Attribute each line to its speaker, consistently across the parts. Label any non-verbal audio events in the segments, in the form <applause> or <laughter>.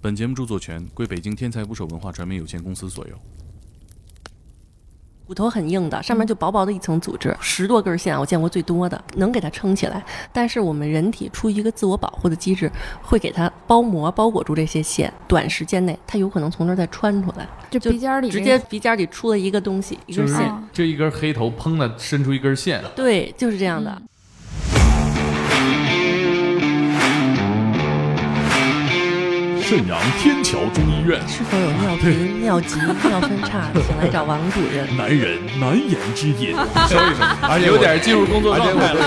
Speaker 1: 本节目著作权归北京天才捕手文化传媒有限公司所有。
Speaker 2: 骨头很硬的，
Speaker 3: 嗯
Speaker 2: 上面就薄薄的一层组织，十多根线我见过最多的，能给它撑起来。但是我们人体出于一个自我保护的机制，会给它包膜包裹住这些线，短时间内它有可能从这儿再穿出来，
Speaker 4: 就
Speaker 2: 就
Speaker 4: 鼻尖儿里
Speaker 2: 直
Speaker 4: 那
Speaker 2: 接
Speaker 4: 个
Speaker 2: 鼻尖里出了一个东西，一根
Speaker 3: 就是
Speaker 2: 线。
Speaker 4: 啊
Speaker 3: 就一根黑头，砰的伸出一根线。
Speaker 2: 对，就是这样的。
Speaker 3: 嗯
Speaker 5: 沈阳天桥中医院，
Speaker 2: 是否有尿频、尿急、尿分叉，请来找王主任。
Speaker 5: 男人难言之隐，
Speaker 2: <laughs>
Speaker 3: 而且有点进入工作状态了。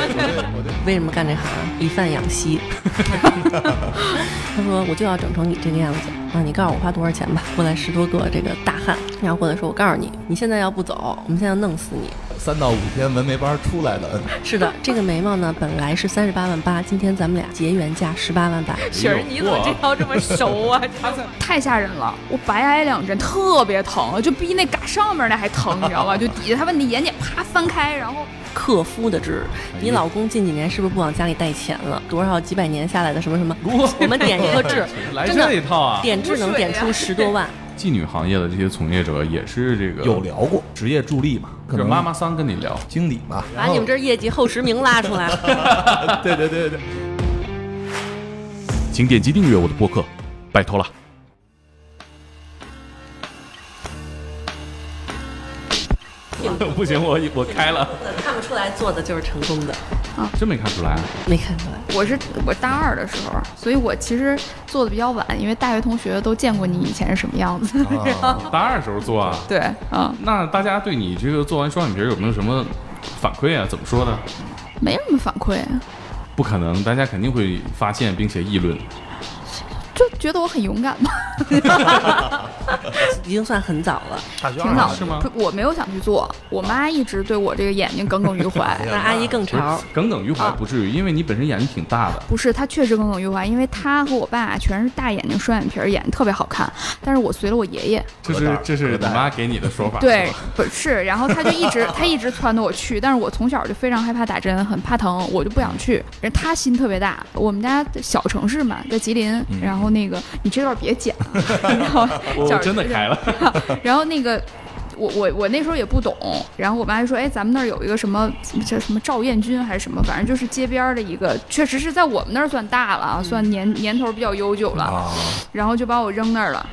Speaker 2: 为什么干这行？以贩养吸。 <laughs> 他说我就要整成你这个样子啊！你告诉我花多少钱吧。过来十多个这个大汉，然后过来说：“我告诉你，你现在要不走，我们现在要弄死你。
Speaker 6: 三到五天纹眉班出来的，”
Speaker 2: 是的，这个眉毛呢本来是三十八万八，今天咱们俩结缘价十八万八。
Speaker 7: 雪儿，你怎
Speaker 2: 啊
Speaker 7: 么这招这么熟
Speaker 2: <laughs>
Speaker 7: 啊？他怎么？
Speaker 4: 太吓人了，我白挨两针，特别疼，就比那嘎上面那还疼，你知道吧？就底下他把你的眼睑啪翻开，然后
Speaker 2: 克夫的痣，
Speaker 3: 哎
Speaker 2: 你老公近几年是不是不往家里带钱了？多少几百年下来的什么什
Speaker 3: <laughs>
Speaker 2: 么？我们点一个痣，
Speaker 3: 来
Speaker 2: 真的
Speaker 3: 这一套啊！
Speaker 2: 点痣能点出十多万。
Speaker 3: 妓女行业的这些从业者也是这个
Speaker 6: 有聊过职业助力嘛？可
Speaker 3: 就是
Speaker 6: 能
Speaker 3: 妈妈桑跟你聊，
Speaker 6: 经理嘛？
Speaker 2: 把你们这业绩后十名
Speaker 3: <laughs>
Speaker 2: 拉出来。
Speaker 6: 这对对对对，
Speaker 1: 请点击订阅我的播客，拜托了。
Speaker 3: <laughs> 不行，我我开了，
Speaker 2: 看不出来做的就是成功的，
Speaker 3: 真没看出来啊。
Speaker 2: 没看出来。
Speaker 4: 我是我大二的时候，所以我其实做的比较晚，因为大学同学都见过你以前是什么样子。
Speaker 6: 啊，
Speaker 3: 大二时候做啊。
Speaker 4: <laughs> 对，嗯，
Speaker 3: 那大家对你这个做完双眼皮儿有没有什么反馈啊？怎么说呢？
Speaker 4: 没什么反馈，
Speaker 3: 不可能，大家肯定会发现并且议论。
Speaker 4: 就觉得我很勇敢嘛。
Speaker 2: 已经算很早了。
Speaker 6: 大学
Speaker 4: 挺早
Speaker 6: 二
Speaker 4: 的
Speaker 3: 是吗
Speaker 4: 不我没有想去做，我妈一直对我这个眼睛耿耿于怀。
Speaker 6: 哎呀
Speaker 2: 那阿姨更潮，
Speaker 3: 耿耿于怀
Speaker 4: 啊
Speaker 3: 不至于，因为你本身眼睛挺大的。
Speaker 4: 不是，她确实耿耿于怀，因为她和我爸全是大眼睛、双眼皮儿，眼睛特别好看。但是我随了我爷爷，
Speaker 3: 这
Speaker 6: 疙
Speaker 3: 是
Speaker 6: 瘩
Speaker 3: 这是
Speaker 6: 疙
Speaker 3: 你
Speaker 6: 瘩
Speaker 3: 妈给你的说法。
Speaker 4: 对，不是，然后他就
Speaker 3: <laughs>
Speaker 4: 一直他一直撺掇我去，但是我从小就非常害怕打针，很怕疼，我就不想去。人他心特别大，我们家小城市嘛，在吉林，然后那个你这段别剪
Speaker 3: <laughs>
Speaker 4: 啊，然后
Speaker 3: 嗯我
Speaker 4: 小
Speaker 3: 我真的
Speaker 4: 城市
Speaker 3: 开
Speaker 4: <laughs>
Speaker 3: 了。
Speaker 4: 然后那个。我我我那时候也不懂，然后我妈就说：“哎，咱们那儿有一个什么叫什么赵彦军还是什么，反正就是街边儿的一个，确实是在我们那儿算大了，啊，算年年头比较悠久了。
Speaker 6: 嗯啊，
Speaker 4: 然后就把我扔那儿了，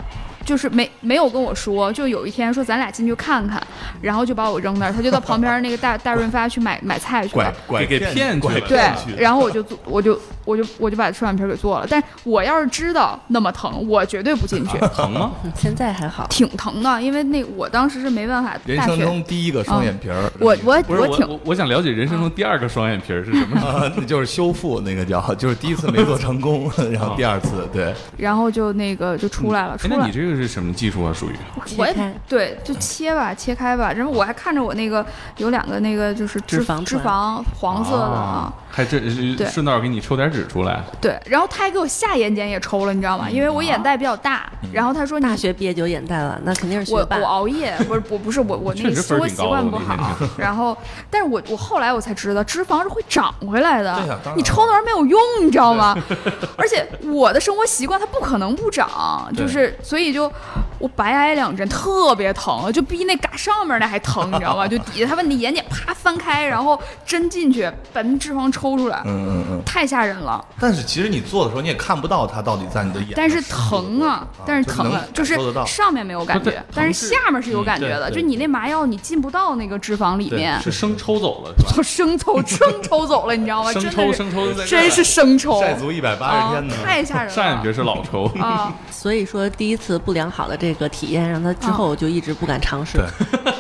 Speaker 4: 就是没没有跟我说，就有一天说咱俩进去看看，然后就把我扔那儿，他就到旁边那个
Speaker 6: <laughs>
Speaker 4: 大大润发去买买菜去
Speaker 6: 拐
Speaker 4: 了。
Speaker 6: 拐
Speaker 3: 给给骗去
Speaker 6: 拐
Speaker 3: 了
Speaker 4: 对
Speaker 6: 骗去，，
Speaker 4: 然后我就做我就我就我就把双眼皮儿给做了，但是我要是知道那么疼，我绝对不进去，
Speaker 3: 疼吗？
Speaker 2: 嗯现在还好。
Speaker 4: 挺疼的，因为那我当时是没办法，
Speaker 6: 人
Speaker 4: 大
Speaker 6: 生
Speaker 4: 学嗯
Speaker 6: 中第一个双眼皮儿，
Speaker 4: 我我
Speaker 3: 不是我
Speaker 4: 挺
Speaker 3: 我我想了解人生中第二个双眼皮儿是
Speaker 4: <laughs>
Speaker 3: 什么？
Speaker 6: 啊， <laughs> 那就是修复那个叫，就是第一次没做
Speaker 3: <laughs>
Speaker 6: 成功，然后第二次对，
Speaker 3: 哦
Speaker 4: 然后就那个就出来了，
Speaker 3: 哎
Speaker 4: 出来
Speaker 3: 那
Speaker 4: 了
Speaker 3: 你这个是什么技术啊？属于
Speaker 4: 我
Speaker 2: 切
Speaker 4: 也
Speaker 2: 开
Speaker 4: 对，就切吧，切开吧。然后我还看着我那个有两个那个就是
Speaker 2: 脂肪
Speaker 4: 脂
Speaker 2: 团
Speaker 4: 肪黄色的
Speaker 3: 哦
Speaker 4: 啊，，
Speaker 3: 还真呃
Speaker 4: 对
Speaker 3: 顺道给你抽点纸出来。
Speaker 4: 对，然后他还给我下眼睑也抽了，你知道吗？因为我眼袋比较大，然后他说你
Speaker 2: 大学毕业就眼袋了，那肯定是
Speaker 4: 我
Speaker 2: 学
Speaker 4: 我
Speaker 2: 霸。
Speaker 4: 熬夜，不是我不是我我那
Speaker 3: 确
Speaker 4: 个
Speaker 3: 实分
Speaker 4: 生
Speaker 3: 儿
Speaker 4: 活
Speaker 3: 挺高
Speaker 4: 习
Speaker 3: 的
Speaker 4: 惯
Speaker 3: 我
Speaker 4: 不
Speaker 3: 那天
Speaker 4: 好，
Speaker 3: <laughs>
Speaker 4: 然后但是我我后来我才知道脂肪是会长回来的，
Speaker 3: 啊
Speaker 6: 对呀当
Speaker 4: 你
Speaker 6: 然
Speaker 4: 抽那玩意儿没有用，你知道吗？ <laughs> 而且我的生活习惯它不可能不长，就是所以就我白挨两针，特别疼，就比那嘎上面那还疼，你知道吗？就底下他把你的眼睑啪翻开，然后针进去把那脂肪抽出来，
Speaker 6: 嗯嗯嗯。
Speaker 4: 太吓人了。
Speaker 6: 但是其实你做的时候，你也看不到它到底在你的眼，
Speaker 4: 但是疼啊，但是疼啊，就
Speaker 6: 能
Speaker 4: 是
Speaker 6: 感受得到
Speaker 4: 上面没有感
Speaker 3: 不对
Speaker 4: 觉，但是
Speaker 3: 疼是
Speaker 4: 下面是有感觉的。
Speaker 6: 嗯
Speaker 4: 就
Speaker 6: 对
Speaker 4: 你那麻药，你进不到那个脂肪里面，
Speaker 3: 是生抽走了是吧？
Speaker 4: 就生抽生抽走了，你知道吗？
Speaker 3: 生
Speaker 4: 真
Speaker 3: 抽
Speaker 4: 的是
Speaker 3: 生抽在这儿
Speaker 4: 真是生抽，
Speaker 6: 晒足一百八
Speaker 4: 啊
Speaker 6: 十天呢，
Speaker 4: 太吓人了。
Speaker 3: 上眼皮儿是老
Speaker 4: <laughs>
Speaker 3: 抽。
Speaker 4: 啊，
Speaker 2: 所以说，第一次不良好的这个体验，让他之后就一直不敢尝试。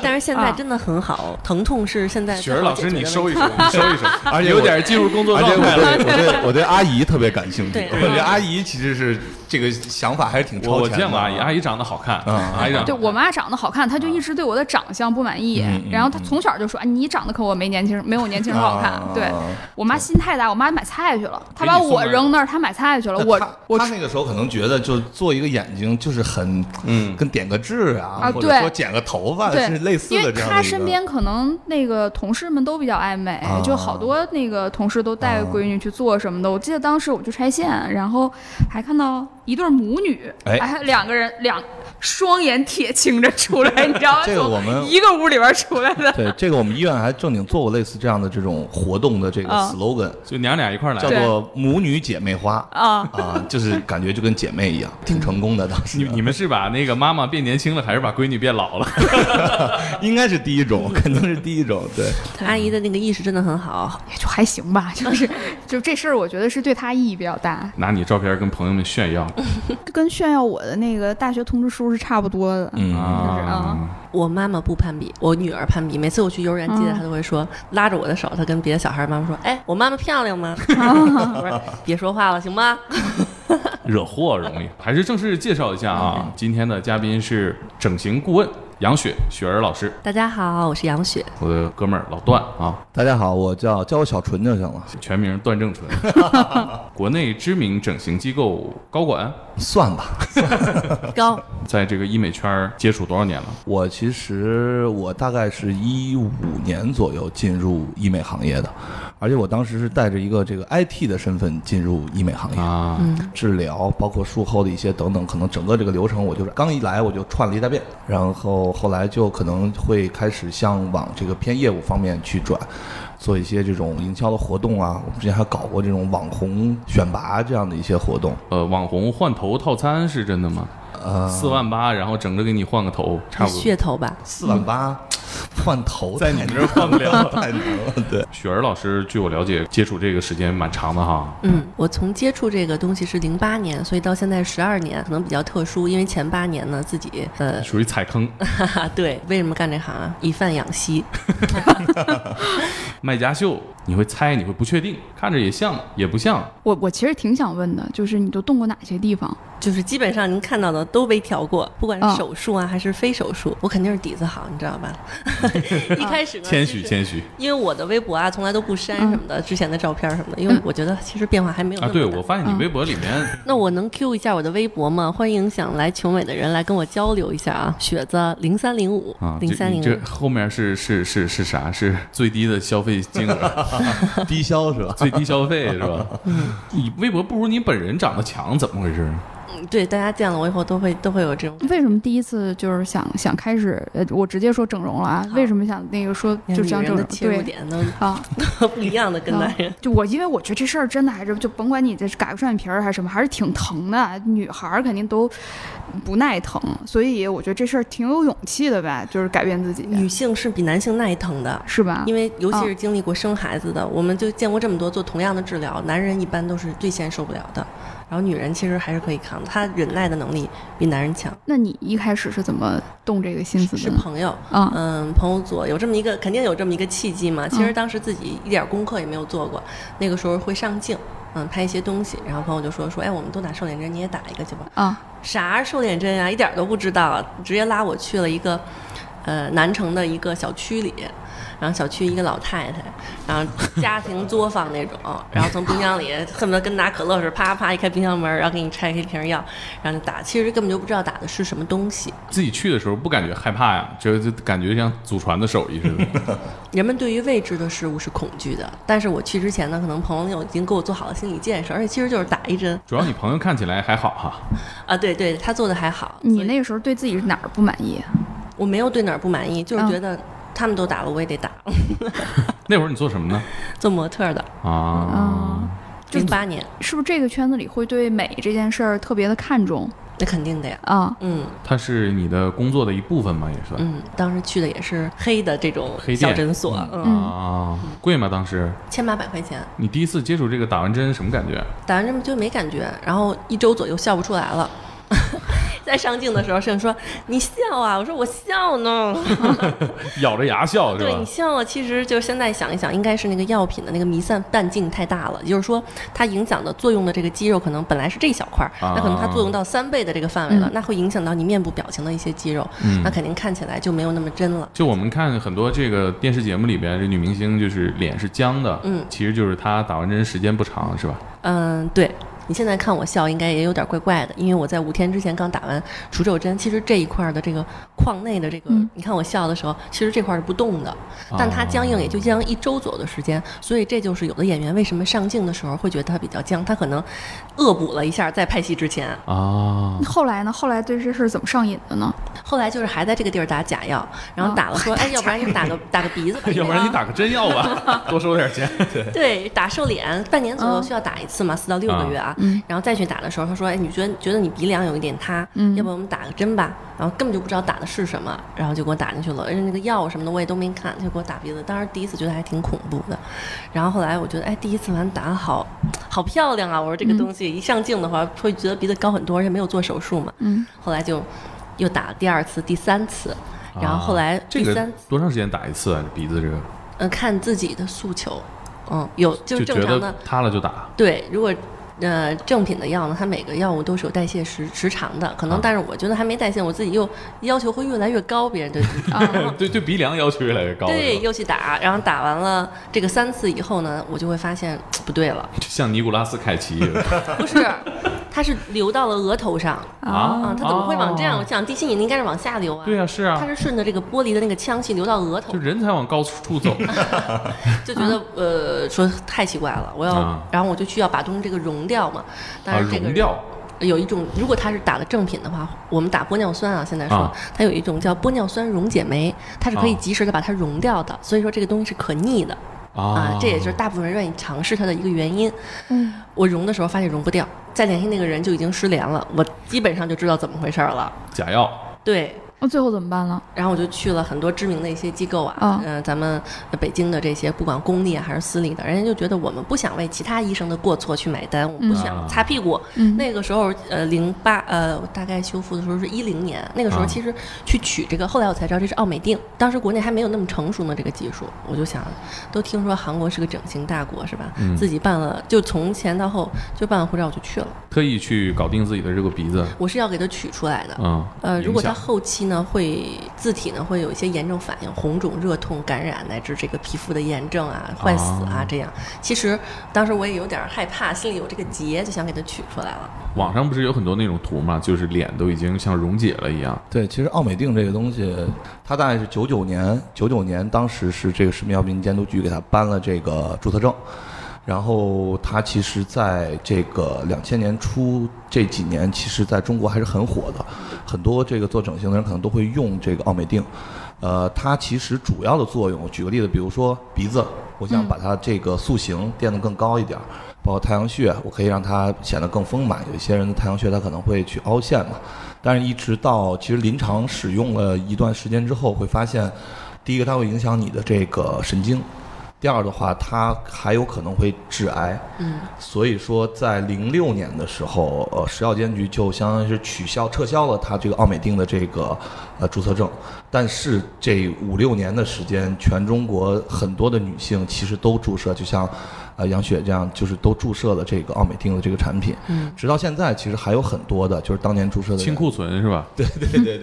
Speaker 2: 但是现在
Speaker 4: 啊
Speaker 2: 真的很好，疼痛是现在
Speaker 3: 雪儿
Speaker 2: 最好
Speaker 3: 老
Speaker 2: 解
Speaker 3: 师，
Speaker 2: 决
Speaker 3: 你
Speaker 2: 的
Speaker 3: 收一收，你收一收， <laughs>
Speaker 6: 而且我
Speaker 3: 有点进入工作
Speaker 6: 而且
Speaker 3: 状
Speaker 6: 我
Speaker 3: 态了。
Speaker 6: 啊对我对我对阿姨特别感兴趣，
Speaker 2: 对
Speaker 6: 我觉得阿姨其实是这个想法还是挺
Speaker 3: 我
Speaker 6: 超
Speaker 3: 我
Speaker 6: 前
Speaker 3: 见
Speaker 6: 的。
Speaker 3: 过阿姨，阿姨长得好看，
Speaker 6: 嗯
Speaker 3: 阿姨长得
Speaker 4: 对我妈长得好看，她就一直对我的长相不满意。然后她从小就说：“啊，你长得可我没年轻，没有年轻人好看。
Speaker 6: 啊
Speaker 4: 对我妈心太大，我妈买菜去了，她
Speaker 3: 给你
Speaker 4: 把
Speaker 3: 送
Speaker 4: 我
Speaker 3: 来
Speaker 4: 扔那儿，她买菜去了。
Speaker 6: 那
Speaker 4: 我
Speaker 6: 她
Speaker 4: 我
Speaker 6: 她那个时候可能觉得，就做一个眼睛就是很，嗯，跟点个痣啊
Speaker 4: 啊，
Speaker 6: 或者
Speaker 4: 对
Speaker 6: 说剪个头发
Speaker 4: 对，
Speaker 6: 啊是类似
Speaker 4: 因
Speaker 6: 的
Speaker 4: 为
Speaker 6: 这样的一
Speaker 4: 他
Speaker 6: 个。
Speaker 4: 身边可能那个同事们都比较爱美，
Speaker 6: 啊
Speaker 4: 就好多那个同事都带闺女去做什么的。我记得当时我去拆线，然后还看到一对母女，
Speaker 6: 哎
Speaker 4: 还两个人两双眼铁青着出来，你知道吗？
Speaker 6: <laughs> 这个
Speaker 4: 从
Speaker 6: 我们
Speaker 4: 一个屋里边出来的。
Speaker 6: 对，这个我们医院还正经做过类似这样的这种活动的这个
Speaker 4: 啊
Speaker 6: slogan，、
Speaker 3: 就娘俩一块儿
Speaker 6: 叫
Speaker 3: 来。
Speaker 6: 做“母女姐妹花”
Speaker 4: 啊
Speaker 6: 啊，就是感觉就跟姐妹一样，挺成功的。当时
Speaker 3: 你你们是把那个妈妈变年轻了，还是把闺女变老了？ <laughs>
Speaker 6: 应该是第一 <laughs> 种，肯定是第一种。对，
Speaker 2: 阿姨的那个意识真的很好，
Speaker 4: 也就还行吧，就是就这事儿，我觉得是对他意义比较大，
Speaker 3: 拿你照片跟朋友们炫耀
Speaker 4: 跟炫耀我的那个大学通知书是差不多的。
Speaker 6: 嗯，
Speaker 4: 就是啊
Speaker 3: 啊！
Speaker 2: 我妈妈不攀比，我女儿攀比。每次我去幼儿园接
Speaker 4: 嗯
Speaker 2: 她，她都会说，拉着我的手，她跟别的小孩妈妈说：“哎，我妈妈漂亮
Speaker 4: <laughs>
Speaker 2: 吗？”我说：“别说话了，行吗
Speaker 3: <laughs> 惹祸容易，还是正式介绍一下啊。今天的嘉宾是整形顾问杨雪雪儿老师，？”
Speaker 2: 大家好，我是杨雪，
Speaker 3: 我的哥们儿老段啊，
Speaker 6: 大家好，我叫叫我小纯就行了，
Speaker 3: 全名段正淳， <laughs> 国内知名整形机构高管，
Speaker 6: 算吧。
Speaker 2: 高
Speaker 3: 在这个医美圈儿接触多少年了？
Speaker 6: 我其实我大概是一五年左右进入医美行业的，而且我当时是带着一个这个 IT 的身份进入医美行业，
Speaker 3: 啊，
Speaker 6: 治疗包括术后的一些等等，可能整个这个流程我就是刚一来我就串了一大遍，然后后来就可能会开始向往这个偏业务方面去转。做一些这种营销的活动啊，我们之前还搞过这种网红选拔这样的一些活动，
Speaker 3: 呃，网红换头套餐是真的吗？
Speaker 6: 呃，
Speaker 3: 四万八，然后整着给你换个头，差不多。
Speaker 2: 噱头吧？
Speaker 6: 四万八换头，
Speaker 3: 嗯在你们这儿换不了。
Speaker 6: 太难了。对，
Speaker 3: 雪儿老师，据我了解，接触这个时间蛮长的哈。
Speaker 2: 嗯，我从接触这个东西是零八年，所以到现在十二年，可能比较特殊，因为前八年呢自己 <laughs> 呃，
Speaker 3: 属于踩坑，
Speaker 2: 哈哈，啊对，为什么干这行啊？以贩养吸，
Speaker 3: 卖家秀，你会猜，你会不确定，看着也像，也不像，
Speaker 4: 我我其实挺想问的，就是你都动过哪些地方？
Speaker 2: <laughs> 就是基本上您看到的都被调过，不管
Speaker 4: 啊
Speaker 2: 是手术啊还是非手术，我肯定是底子好，你知道吧？ <laughs> 哦一开始呢，
Speaker 3: 谦
Speaker 2: 其
Speaker 3: 虚
Speaker 2: 实
Speaker 3: 谦虚
Speaker 2: 因为我的微博啊，从来都不删什么的，之前的照片什么的，因为我觉得其实变化还没有那
Speaker 3: 啊！
Speaker 2: 么嗯
Speaker 3: 对，
Speaker 2: 大
Speaker 3: 我发现你微博里
Speaker 2: <laughs>
Speaker 3: 面
Speaker 2: 那我能 Q 一下我的微博吗？欢迎想来穷美的人来跟我交流一下啊，雪子零三零五
Speaker 3: 啊，
Speaker 2: 零
Speaker 3: 这
Speaker 2: 三
Speaker 3: 你
Speaker 2: 零
Speaker 3: 这
Speaker 2: 五。
Speaker 3: 后面是是是是啥？是最低的消费金额，
Speaker 6: 低消是吧？
Speaker 3: 最低消
Speaker 2: <laughs>
Speaker 3: 费是吧？你微博不如你本人长得强，怎么回事？
Speaker 2: 嗯对，大家见了我以后都会都会有这种，
Speaker 4: 为什么第一次就是想想开始？呃，我直接说整容了啊？为什么想那个说就
Speaker 2: 女
Speaker 4: 想
Speaker 2: 人
Speaker 4: 整
Speaker 2: 的
Speaker 4: 容？
Speaker 2: 切入
Speaker 4: 对
Speaker 2: 点都
Speaker 4: 啊，
Speaker 2: 都 <laughs> 不一样的，跟
Speaker 4: 啊
Speaker 2: 男人。
Speaker 4: 就我，因为我觉得这事儿真的还是就甭管你这是改个双眼皮儿还是什么，还是挺疼的。女孩儿肯定都不耐疼，所以我觉得这事儿挺有勇气的呗，就是改变自己，
Speaker 2: <laughs> 女性是比男性耐疼的，
Speaker 4: 是吧？
Speaker 2: 因
Speaker 4: 为
Speaker 2: 为尤其
Speaker 4: 嗯啊
Speaker 2: 是经历过生孩子的，我们就见过这么多做同样的治疗，男人一般都是最先受不了的，然后女人其实还是可以扛，她忍耐的能力比男人强。
Speaker 4: 那你一开始是怎么动这个心思
Speaker 2: 是
Speaker 4: 的呢？
Speaker 2: 朋友，
Speaker 4: 啊
Speaker 2: 嗯，朋友组有这么一个，肯定有这么一个契机嘛。其实
Speaker 4: 嗯
Speaker 2: 当时自己一点功课也没有做过，那个时候会上镜，嗯，拍一些东西，然后朋友就说说，哎，我们都打瘦脸针，你也打一个去吧。
Speaker 4: 啊，
Speaker 2: 啥瘦脸针啊，一点儿都不知道，直接拉我去了一个，呃，南城的一个小区里，然后小区一个老太太，然后家庭作坊那种， <laughs> 然后从冰箱里恨不得跟拿可乐似的，啪啪一开冰箱门，然后给你拆开一瓶药，然后就打，其实根本就不知道打的是什么东西。
Speaker 3: 自己去的时候不感觉害怕呀，就就感觉像祖传的手艺似的。
Speaker 2: 人们对于未知的事物是恐惧的，但是我去之前呢，可能朋友已经给我做好了心理建设，而且其实就是打一针
Speaker 3: 主要你朋友看起来还好哈，
Speaker 2: 啊，对对，他做的还好，嗯
Speaker 4: 你
Speaker 2: 所以哦
Speaker 4: 那个时候对自己哪儿不满意？
Speaker 2: 我没有对哪儿不满意，就是
Speaker 4: 嗯
Speaker 2: 觉得他们都打了，我也得打，
Speaker 3: 那会儿你做什么呢？
Speaker 2: 做模特儿的，
Speaker 3: 啊，
Speaker 2: 嗯
Speaker 4: 啊，就
Speaker 2: 零八年，
Speaker 4: 是不是这个圈子里会对美这件事儿特别的看重
Speaker 2: 那肯定的呀。
Speaker 4: 啊？
Speaker 2: 嗯
Speaker 3: 它是你的工作的一部分吗？也算。
Speaker 2: 嗯，当时去的也是黑的这种
Speaker 3: 黑店
Speaker 2: 小诊所，嗯，
Speaker 4: 嗯
Speaker 3: 啊，贵吗？当时
Speaker 2: 千八百块钱，
Speaker 3: 你第一次接触这个打完针什么感觉？
Speaker 2: 打完这么就没感觉，然后一周左右笑不出来了。 <laughs> 在上镜的时候，摄影说：“你笑啊！”我说：“我笑呢。”
Speaker 3: 咬着牙笑是
Speaker 2: 对你
Speaker 3: 吧？
Speaker 2: 像我，其实就现在想一想，应该是那个药品的那个弥散半径太大了，也就是说，它影响的作用的这个肌肉可能本来是这一小块儿，那可能它作用到三倍的这个范围了，
Speaker 4: 嗯
Speaker 2: 那会影响到你面部表情的一些肌肉，那肯定看起来就没有那么真了。
Speaker 3: 嗯就我们看很多这个电视节目里边，这女明星就是脸是僵的，
Speaker 2: 嗯
Speaker 3: 其实就是她打完针时间不长，是吧？
Speaker 2: 嗯，对，你现在看我笑，应该也有点怪怪的，因为我在五天之前刚打完除皱针。其实这一块儿的这个眶内的这个，
Speaker 4: 嗯
Speaker 2: 你看我笑的时候，其实这块儿是不动的，
Speaker 3: 哦
Speaker 2: 但它僵硬也就僵一周左右的时间。所以这就是有的演员为什么上镜的时候会觉得它比较僵，他可能恶补了一下在拍戏之前。 <laughs>
Speaker 3: 啊，
Speaker 4: 后来呢？后来对这事儿怎么上瘾的呢？
Speaker 2: 后来就是还在这个地儿打假药，然后打了说，哎，要不然你打个打个鼻子
Speaker 3: <laughs>
Speaker 2: 吧，
Speaker 3: 要不然你打个针药
Speaker 2: <laughs>
Speaker 3: 吧，多收点钱。
Speaker 2: 对，打瘦脸，半年左右
Speaker 4: 嗯
Speaker 2: 需要打一次嘛，四、到六
Speaker 3: 哦
Speaker 2: 个月啊。
Speaker 4: 嗯
Speaker 2: 然后再去打的时候，他说：“哎，你觉得觉得你鼻梁有一点塌，
Speaker 4: 嗯
Speaker 2: 要不我们打个针吧？”然后根本就不知道打的是什么，然后就给我打进去了，而哎且那个药什么的我也都没看，就给我打鼻子。当时第一次觉得还挺恐怖的，然后后来我觉得，哎，第一次完打得好好漂亮啊！我说这个
Speaker 4: 嗯
Speaker 2: 东西、一上镜的话，会觉得鼻子高很多，而且没有做手术嘛。
Speaker 4: 嗯，
Speaker 2: 后来就又打了第二次、第三次，然后后来
Speaker 3: 啊这
Speaker 2: 第
Speaker 3: 个
Speaker 2: 三次
Speaker 3: 多长时间打一次啊？这鼻子这个
Speaker 2: 嗯，看自己的诉求，嗯，有就是
Speaker 3: 觉
Speaker 2: 正常
Speaker 3: 得
Speaker 2: 的，
Speaker 3: 塌了就打
Speaker 2: 对，如果呃正品的药呢，它每个药物都是有代谢时时长的，可能
Speaker 3: 啊
Speaker 2: 但是我觉得还没代谢，我自己又要求会越来越
Speaker 3: <laughs>
Speaker 2: 高，别人对自 <laughs> 己
Speaker 4: 啊，
Speaker 3: 对对鼻梁要求越来越高，
Speaker 2: 嗯对
Speaker 3: 是吧
Speaker 2: 又去打，然后打完了这个三次以后呢，我就会发现嗯不
Speaker 3: <laughs>
Speaker 2: 对了，
Speaker 3: 就像尼古拉斯凯
Speaker 2: <laughs>
Speaker 3: 奇
Speaker 2: 不是，它是流到了额头上啊，它怎么会往这样？我
Speaker 3: 哦
Speaker 2: 想地心引力应该是往下流啊，
Speaker 3: 对啊，啊是
Speaker 2: 它
Speaker 3: 啊，
Speaker 2: 是顺着这个玻璃的那个腔气流到额头
Speaker 3: 就，人才往高处
Speaker 2: <laughs>
Speaker 3: 走
Speaker 2: 就觉得呃说太奇怪了，我要
Speaker 3: 啊
Speaker 2: 然后我就去要把东西这个溶掉嘛，
Speaker 3: 啊，
Speaker 2: 但是这个
Speaker 3: 溶
Speaker 2: 人
Speaker 3: 掉
Speaker 2: 有一种，如果他是打了正品的话，我们打玻尿酸啊，现在说、
Speaker 3: 啊
Speaker 2: 它有一种叫玻尿酸溶解酶，它是可以
Speaker 3: 啊
Speaker 2: 及时的把它溶掉的，所以说这个东西是可逆的
Speaker 3: 啊，
Speaker 2: 这也是大部分人愿意尝试它的一个原因。嗯，我溶的时候发现溶不掉，再联系那个人就已经失联了，我基本上就知道怎么回事儿了。
Speaker 3: 假药
Speaker 2: 对，
Speaker 4: 那最后怎么办了？
Speaker 2: 然后我就去了很多知名的一些机构啊，
Speaker 4: 啊
Speaker 2: 呃，咱们北京的这些，不管公立啊还是私立的，人家就觉得我们不想为其他医生的过错去买单，我们不想
Speaker 3: 啊
Speaker 2: 擦屁股。
Speaker 4: 嗯
Speaker 2: 那个时候，呃，零八呃，大概修复的时候是一零年，那个时候
Speaker 3: 啊
Speaker 2: 其实去取这个，后来我才知道这是奥美定，当时国内还没有那么成熟呢这个技术，我就想，都听说韩国是个整形大国是吧？
Speaker 3: 嗯
Speaker 2: 自己办了，就从前到后就办了护照我就去了，
Speaker 3: 特意去搞定自己的这个鼻子，
Speaker 2: 我是要给它取出来的，
Speaker 3: 嗯，
Speaker 2: 呃，如果它
Speaker 3: 影响
Speaker 2: 后期呢，会自体呢会有一些炎症反应，红肿、热痛、感染，乃至这个皮肤的炎症啊、坏死啊这样。其实当时我也有点害怕，心里有这个结，就想给它取出来了。
Speaker 3: 网上不是有很多那种图嘛，就是脸都已经像溶解了一样，
Speaker 6: 对，其实奥美定这个东西，它大概是九九年，九九年当时是这个食品药品监督局给它颁了这个注册证，然后它其实在这个两千年初这几年，其实在中国还是很火的，很多这个做整形的人可能都会用这个奥美定。呃，它其实主要的作用，我举个例子，比如说鼻子，我想把它这个塑形变得更高一点儿，包括太阳穴，我可以让它显得更丰满。有些人的太阳穴它可能会去凹陷嘛，但是一直到其实临床使用了一段时间之后，会发现，第一个它会影响你的这个神经，第二的话它还有可能会致癌。
Speaker 2: 嗯，
Speaker 6: 所以说，在零六年的时候，呃，食药监局就相当于是取消、撤销了它这个奥美定的这个呃注册证。但是这五六年的时间，全中国很多的女性其实都注射，就像呃杨雪这样，就是都注射了这个奥美定的这个产品。
Speaker 2: 嗯，
Speaker 6: 直到现在，其实还有很多的，就是当年注射的人
Speaker 3: 清库存是吧？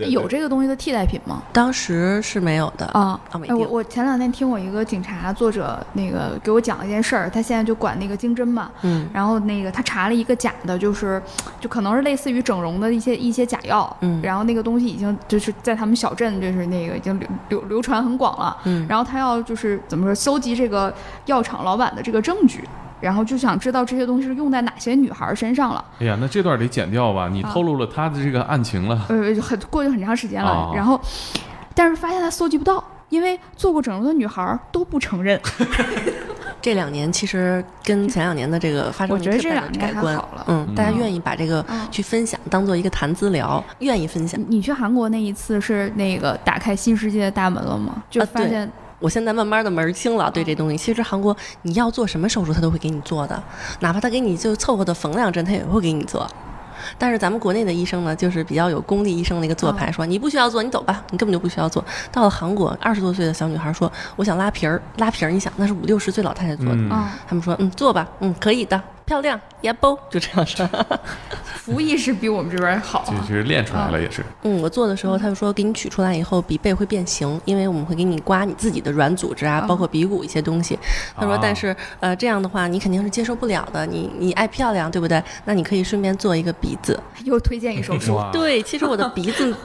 Speaker 4: 有这个东西的替代品吗？
Speaker 2: 当时是没有的。
Speaker 4: 啊，
Speaker 2: 奥美
Speaker 4: 哎，我
Speaker 2: 定
Speaker 4: 我前两天听我一个警察作者那个给我讲了一件事儿，他现在就管那个经侦嘛，
Speaker 2: 嗯
Speaker 4: 然后那个他查了一个假的，就是就可能是类似于整容的一些一些假药，
Speaker 2: 嗯
Speaker 4: 然后那个东西已经就是在他们小镇就是那个已经流流流传很广了，
Speaker 2: 嗯
Speaker 4: 然后他要就是怎么说，搜集这个药厂老板的这个证据。然后就想知道这些东西是用在哪些女孩儿身上了，
Speaker 3: 哎呀，那这段得剪掉吧，你
Speaker 4: 啊
Speaker 3: 透露了他的这个案情了。
Speaker 4: 呃，很过去很长时间了。
Speaker 3: 哦
Speaker 4: 然后，但是发现他搜集不到，因为做过整容的女孩儿都不承认。
Speaker 2: 这两年其实跟前两年的这个发生
Speaker 4: 我
Speaker 2: 了
Speaker 4: 觉得
Speaker 2: 特
Speaker 4: 这
Speaker 2: 大的
Speaker 4: 两年
Speaker 2: 改
Speaker 4: 还
Speaker 2: 观
Speaker 4: 好了，
Speaker 2: 嗯，大家
Speaker 4: 嗯
Speaker 2: 愿意把这个
Speaker 4: 嗯
Speaker 2: 去分享，当做一个谈资聊，愿意分享。
Speaker 4: 你去韩国那一次是那个打开新世界的大门了吗？就
Speaker 2: 啊
Speaker 4: 发
Speaker 2: 对
Speaker 4: 现
Speaker 2: 我现在慢慢的门儿清了，对这
Speaker 4: 嗯
Speaker 2: 东西，其实韩国你要做什么手术，他都会给你做的，哪怕他给你就凑合的缝两针，他也会给你做。但是咱们国内的医生呢，就是比较有公立医生的一个做
Speaker 4: 啊
Speaker 2: 派，说你不需要做，你走吧，你根本就不需要做。到了韩国，二十多岁的小女孩说，我想拉皮儿，拉皮儿，你想那是五六十岁老太太做的，
Speaker 3: 嗯
Speaker 4: 啊，
Speaker 2: 他们说嗯做吧，嗯可以的，漂亮，呀不，就这样说。
Speaker 4: 服务意识比我们这边好啊。
Speaker 3: 这其实练出来了也是。
Speaker 2: <laughs> 嗯，我做的时候，他就说给你取出来以后，鼻背会变形，因为我们会给你刮你自己的软组织啊，包括鼻骨一些东西。他说
Speaker 3: 啊，
Speaker 2: 但是呃，这样的话你肯定是接受不了的。你你爱漂亮，对不对？那你可以顺便做一个鼻子。
Speaker 4: 又推荐一
Speaker 2: <laughs>
Speaker 4: 首歌，
Speaker 3: 哇，
Speaker 2: 对，其实我的鼻 <laughs> 子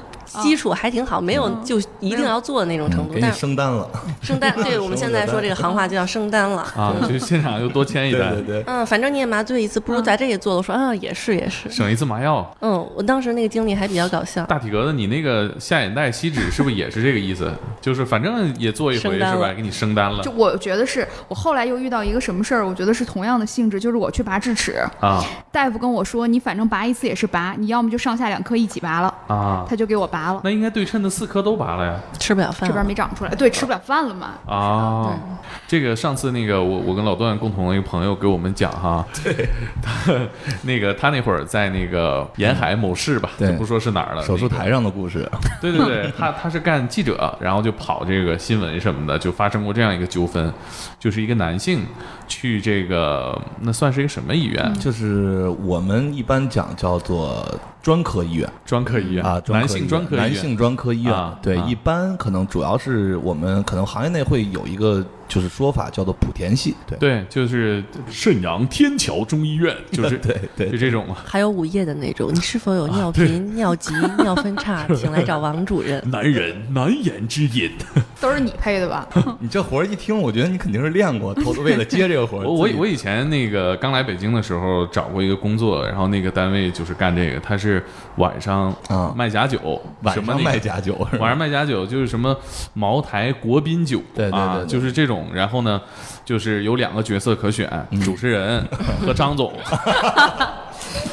Speaker 2: 基础还挺好，没有就一定要做的那种程度。
Speaker 6: 嗯给你
Speaker 2: 但是
Speaker 6: 升单了，
Speaker 3: <laughs>
Speaker 2: 圣诞，对我们现在说这个行话就叫升单了。
Speaker 3: 啊，就现场就多签一
Speaker 6: 对
Speaker 3: 单，
Speaker 6: 对对，
Speaker 2: 嗯，反正你也麻醉一次，不如在这也做了。我说啊，也是也是。
Speaker 3: 省一次麻药。
Speaker 2: 嗯，我当时那个经历还比较搞笑。
Speaker 3: 大体格子，你那个下眼袋吸脂是不是也是这个意思？ <laughs> 就是反正也做一回
Speaker 2: 升单
Speaker 3: 是吧？
Speaker 2: 了
Speaker 3: 给你升单了
Speaker 4: 就我觉得是我后来又遇到一个什么事儿，我觉得是同样的性质，就是我去拔智齿，
Speaker 3: 啊
Speaker 4: 大夫跟我说你反正拔一次也是拔，你要么就上下两颗一起拔了，
Speaker 3: 啊！
Speaker 4: 他就给我拔了，
Speaker 3: 那应该对称的四颗都拔了呀
Speaker 2: 吃不了饭
Speaker 4: 这边
Speaker 2: 了，
Speaker 4: 没长出来，
Speaker 3: 嗯
Speaker 4: 对，吃不了饭了嘛。
Speaker 3: 啊！这个上次那个我我跟老段共同的一个朋友给我们讲哈，对，他 <laughs> 那个他那会儿在那个沿海某市吧，
Speaker 6: 对
Speaker 3: 就不说是哪儿了，
Speaker 6: 手术
Speaker 3: 那个
Speaker 6: 台上的故事，啊
Speaker 3: 对对对， <laughs> 他他是干记者，然后就跑这个新闻什么的，就发生过这样一个纠纷，就是一个男性去这个那算是一个什么医院？
Speaker 6: 就是我们一般讲叫做专科医院
Speaker 3: 专科医院
Speaker 6: 啊，专
Speaker 3: 男
Speaker 6: 科医
Speaker 3: 性
Speaker 6: 院
Speaker 3: 专科医院，
Speaker 6: 男性专科医院
Speaker 3: 啊，
Speaker 6: 对
Speaker 3: 啊，
Speaker 6: 一般可能主要是我们可能行业内会有一个就是说法叫做莆田系，对 <laughs>
Speaker 3: 对，就是
Speaker 5: 沈阳天桥中医院。
Speaker 3: 就是对
Speaker 6: 对
Speaker 3: 就这种嘛。
Speaker 2: 还有午夜的那 <laughs> 种。你是否有尿频、尿 <laughs> 急、尿分叉？请来找王主任。
Speaker 5: 男人难言之隐，
Speaker 4: 都是你配的吧？
Speaker 3: <laughs>
Speaker 6: 你这活儿一听，我觉得你肯定是练过，头为了接这个活儿，
Speaker 3: 我我
Speaker 6: 自己
Speaker 3: 我以前那个刚来北京的时候找过一个工作，然后那个单位就是干这个，他是晚上
Speaker 6: 啊
Speaker 3: 卖假酒，
Speaker 6: 晚
Speaker 3: 什么
Speaker 6: 上
Speaker 3: 那个
Speaker 6: 卖假酒，是吧
Speaker 3: 晚上卖假酒就是什么茅台国宾酒，
Speaker 6: 对对对
Speaker 3: 啊，
Speaker 6: 对
Speaker 3: 就是这种。然后呢，就是有两个角色可选，
Speaker 6: 嗯
Speaker 3: 主持人和张
Speaker 6: <laughs>
Speaker 3: 总，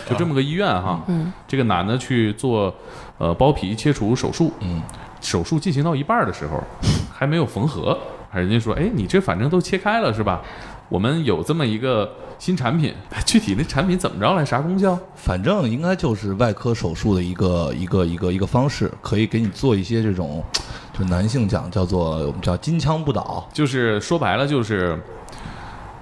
Speaker 3: 就这么个医院
Speaker 6: 啊
Speaker 3: 哈。
Speaker 6: 嗯
Speaker 3: 这个男的去做呃包皮切除手术，
Speaker 6: 嗯，
Speaker 3: 手术进行到一半的时候还没有缝合，人家说，哎，你这反正都切开了是吧？我们有这么一个新产品，哎具体那产品怎么着来，啥功效？
Speaker 6: 反正应该就是外科手术的一个一个一个一个方式，可以给你做一些这种，就男性讲叫做我们叫金枪不倒，
Speaker 3: 就是说白了就是，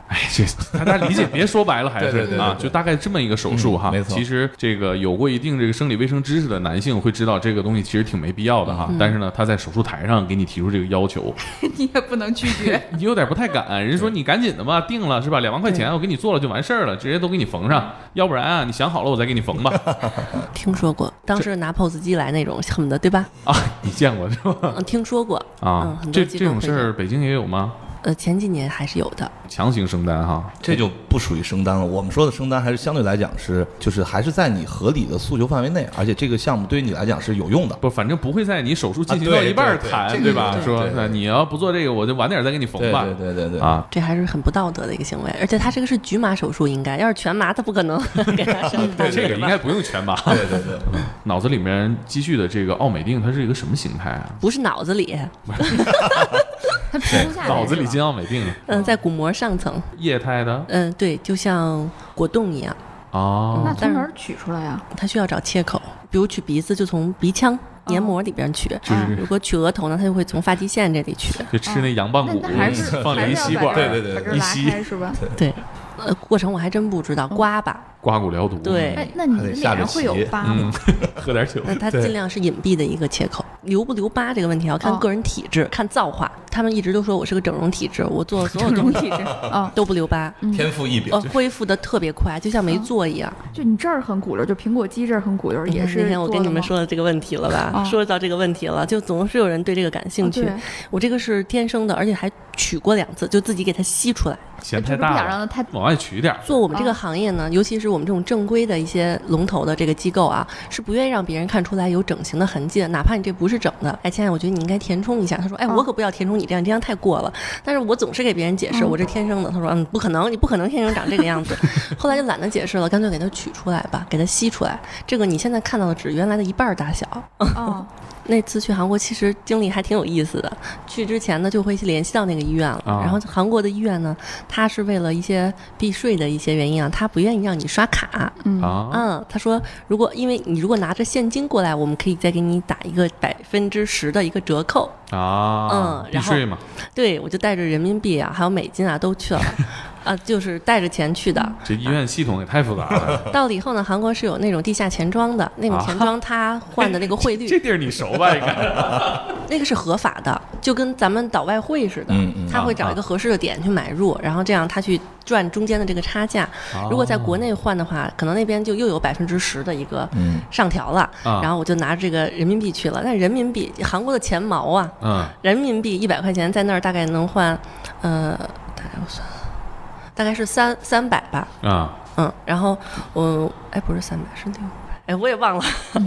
Speaker 3: 哎，这 <laughs> 大家理解，别说白了还是
Speaker 6: 对对对对
Speaker 3: 啊，
Speaker 6: 对
Speaker 3: 就大概这么一个手术哈。
Speaker 6: 嗯没错
Speaker 3: 其实这个有过一定这个生理卫生知识的男性会知道这个东西其实挺没必要的哈，但是呢，他在手术台上给你提出这个要求，
Speaker 4: 你也不能拒绝。
Speaker 3: 你有点不太敢。人说你赶紧的吧，定了是吧？两万块钱我给你做了就完事儿了，直接都给你缝上，要不然啊，你想好了我再给你缝吧。 <laughs>
Speaker 2: 听说过，当时拿 POS 机来那种恨不得，对吧？
Speaker 3: 啊，你见过是吧？
Speaker 2: 嗯，听说过嗯
Speaker 3: 啊，，
Speaker 2: 很多
Speaker 3: 这
Speaker 2: 机
Speaker 3: 这
Speaker 2: 构
Speaker 3: 种
Speaker 2: 会
Speaker 3: 事儿北京也有吗？
Speaker 2: 有，呃，前几年还是有的。
Speaker 3: 强行升单哈，
Speaker 6: 这就不属于升单了。我们说的升单还是相对来讲是，就是还是在你合理的诉求范围内，而且这个项目对于你来讲是有用的。
Speaker 3: 不，反正不会在你手术进行
Speaker 6: 啊
Speaker 3: 到
Speaker 6: 对
Speaker 3: 一半儿
Speaker 6: 对对
Speaker 3: 谈，
Speaker 6: 这个
Speaker 3: 吧？
Speaker 6: 对
Speaker 3: 说
Speaker 6: 对对
Speaker 3: 那你要不做这个，我就晚点再给你缝
Speaker 6: 对
Speaker 3: 吧。
Speaker 6: 对对对对，
Speaker 3: 啊，
Speaker 2: 这还是很不道德的一个行为，而且他这个是局麻手术，应该要是全麻，他不可 <laughs> 能给他上单。
Speaker 3: 这个应该不用全麻。
Speaker 6: 对对对，
Speaker 3: <laughs> 脑子里面积蓄的这个奥美定，它是一个什么形态啊？
Speaker 2: 不是脑子里，呃
Speaker 4: 他皮肤下来
Speaker 3: 脑子里
Speaker 4: 是吧
Speaker 3: 进奥美定，
Speaker 2: 嗯，在骨膜上层，
Speaker 3: 液态的
Speaker 2: 嗯，对，就像果冻一样，
Speaker 3: 哦，
Speaker 4: 那从哪儿取出来呀、
Speaker 2: 它需要找切口，比如取鼻子就从鼻腔黏膜里边取，
Speaker 3: 就是
Speaker 2: 如果取额头呢，它就会从发际线这里取。
Speaker 3: 就吃那羊棒
Speaker 4: 那
Speaker 3: 骨
Speaker 4: 那还是，
Speaker 3: 放
Speaker 4: 还
Speaker 3: 里一
Speaker 4: 是要
Speaker 3: 吸
Speaker 4: 把
Speaker 3: 管，
Speaker 4: 这
Speaker 6: 对对对
Speaker 4: 把这
Speaker 3: 一
Speaker 4: 拉
Speaker 3: 吸
Speaker 4: 开是吧？
Speaker 2: 对，呃，过程我还真不知
Speaker 4: 嗯
Speaker 2: 道，刮吧，
Speaker 3: 刮骨疗毒。
Speaker 2: 对
Speaker 4: 哎，那你
Speaker 6: 还得
Speaker 4: 脸
Speaker 6: 下
Speaker 4: 上
Speaker 6: 着
Speaker 4: 会有
Speaker 6: 棋
Speaker 4: 疤
Speaker 3: 嗯
Speaker 4: 吗？，
Speaker 3: 喝点酒
Speaker 2: 那它尽量是隐蔽的一个切口，留不留疤这个问题要看
Speaker 4: 哦
Speaker 2: 个人体质，看造化。他们一直都说我是个整容体质，我做所有
Speaker 4: 这种
Speaker 2: 东
Speaker 4: 体
Speaker 2: 西
Speaker 4: 质啊，
Speaker 2: 都不留疤，
Speaker 6: 天赋异禀
Speaker 2: 呃，恢复的特别快，就像没做一样。
Speaker 4: 就你这儿很鼓溜，就苹果肌这儿很鼓溜，
Speaker 2: 你
Speaker 4: 嗯也
Speaker 2: 看嗯
Speaker 4: 是
Speaker 2: 那天我
Speaker 4: 做
Speaker 2: 跟你
Speaker 4: 的
Speaker 2: 们
Speaker 4: 吗
Speaker 2: 说的这个问题了吧？
Speaker 4: 啊
Speaker 2: 说到这个问题了，就总是有人对这个感兴趣。
Speaker 4: 啊对
Speaker 2: 我这个是天生的，而且还取过两次，就自己给它吸出来。
Speaker 3: 嫌
Speaker 4: 就
Speaker 3: 太
Speaker 4: 是不想
Speaker 3: 大
Speaker 4: 让它
Speaker 3: 了，
Speaker 4: 太
Speaker 3: 往外取点儿。
Speaker 2: 做我们这个行业呢，尤其是我们这种正规的一些龙头的这个机构啊，是不愿意让别人看出来有整形的痕迹的，哪怕你这不是整的。哎，亲爱的，我觉得你应该填充一下。他说，哎，
Speaker 4: 啊
Speaker 2: 我可不要填充你这样，你这样太过了。但是我总是给别人解释，我这天生的。他说，嗯，不可能，你不可能天生长这个样子。后来就懒得解释了，干脆给它取出来吧，给它吸出来。这个你现在看到的只是原来的一半儿大小。
Speaker 4: 啊，
Speaker 2: 那次去韩国，其实经历还挺有意思的。去之前呢，就会联系到那个医院了。
Speaker 3: 啊
Speaker 2: 然后韩国的医院呢，他是为了一些避税的一些原因啊，他不愿意让你刷卡。
Speaker 4: 哦
Speaker 3: 啊，
Speaker 2: 嗯，他说，如果因为你如果拿着现金过来，我们可以再给你打一个百分之十的一个折扣。
Speaker 3: 啊，
Speaker 2: 嗯
Speaker 3: 避
Speaker 2: 然后
Speaker 3: 税嘛，
Speaker 2: 对，我就带着人民币啊，还有美金啊，都去了。啊，就是带着钱去的。
Speaker 3: 这医院系统也太复杂
Speaker 2: <laughs>
Speaker 3: 了。
Speaker 2: 到了以后呢，韩国是有那种地下钱庄的，那种钱庄它换的那个汇率，
Speaker 3: 这地儿你熟吧？应该
Speaker 2: 那个是合法的，就跟咱们倒外汇似的，
Speaker 6: 嗯嗯
Speaker 2: 他会找一个合适的点去买入，然后这样他去赚中间的这个差价。
Speaker 6: 哦
Speaker 2: 如果在国内换的话，可能那边就又有百分之十的一个
Speaker 6: 嗯
Speaker 2: 上调了，
Speaker 3: 啊
Speaker 2: 然后我就拿这个人民币去了。但人民币韩国的钱毛啊，
Speaker 3: 嗯，
Speaker 2: 人民币一百块钱在那儿大概能换，呃，大概我算，大概是三三百吧，
Speaker 3: 啊，
Speaker 2: 嗯，然后我哎不是三百是六百，哎我也忘了。 <laughs>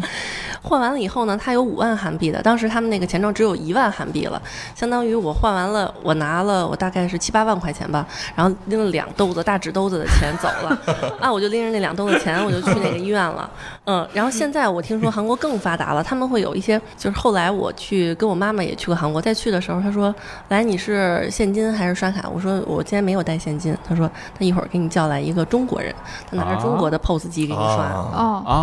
Speaker 2: 换完了以后呢，他有五万韩币的，当时他们那个钱庄只有一万韩币了，相当于我换完了，我拿了我大概是七八万块钱吧，然后拎了两兜子大纸兜子的钱走了， <laughs> 啊，我就拎着那两兜子钱我就去那个医院了，嗯，然后现在我听说韩国更发达了，他们会有一些，就是后来我去跟我妈妈也去过韩国，再去的时候她说，来你是现金还是刷卡？我说我今天没有带现金，她说她一会儿给你叫来一个中国人，她拿着中国的 POS 机给你刷，
Speaker 6: 啊，
Speaker 4: 哦，
Speaker 3: 啊，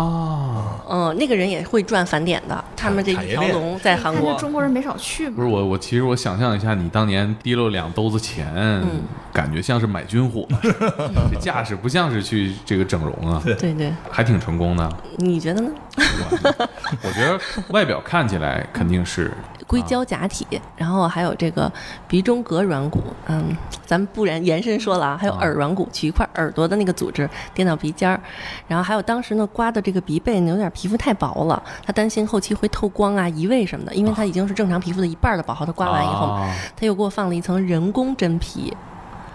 Speaker 2: 嗯，那个人也会赚返点的，他们这一条龙在韩
Speaker 4: 看这
Speaker 2: 国。
Speaker 4: 中国人没少去嘛。
Speaker 3: 不是我，我其实我想象一下，你当年提溜两兜子钱，
Speaker 2: 嗯
Speaker 3: 感觉像是买军火， <laughs> 这架势不像是去这个整容啊，
Speaker 2: 对对，
Speaker 3: 还挺成功
Speaker 2: <laughs>
Speaker 3: 的。
Speaker 2: 你觉得呢？
Speaker 3: 我觉得外表看起来肯定是
Speaker 2: 硅胶假体，然后还有这个鼻中隔软骨，嗯，咱们不然延伸说了啊，还有
Speaker 3: 啊
Speaker 2: 耳软骨，取一块耳朵的那个组织垫到鼻尖儿，然后还有当时呢刮的这个鼻背呢有点皮肤太薄了，他担心后期会透光啊、移位什么的，因为他已经是正常皮肤的一半儿的薄厚，他刮完以后，
Speaker 3: 啊
Speaker 2: 他又给我放了一层人工真皮。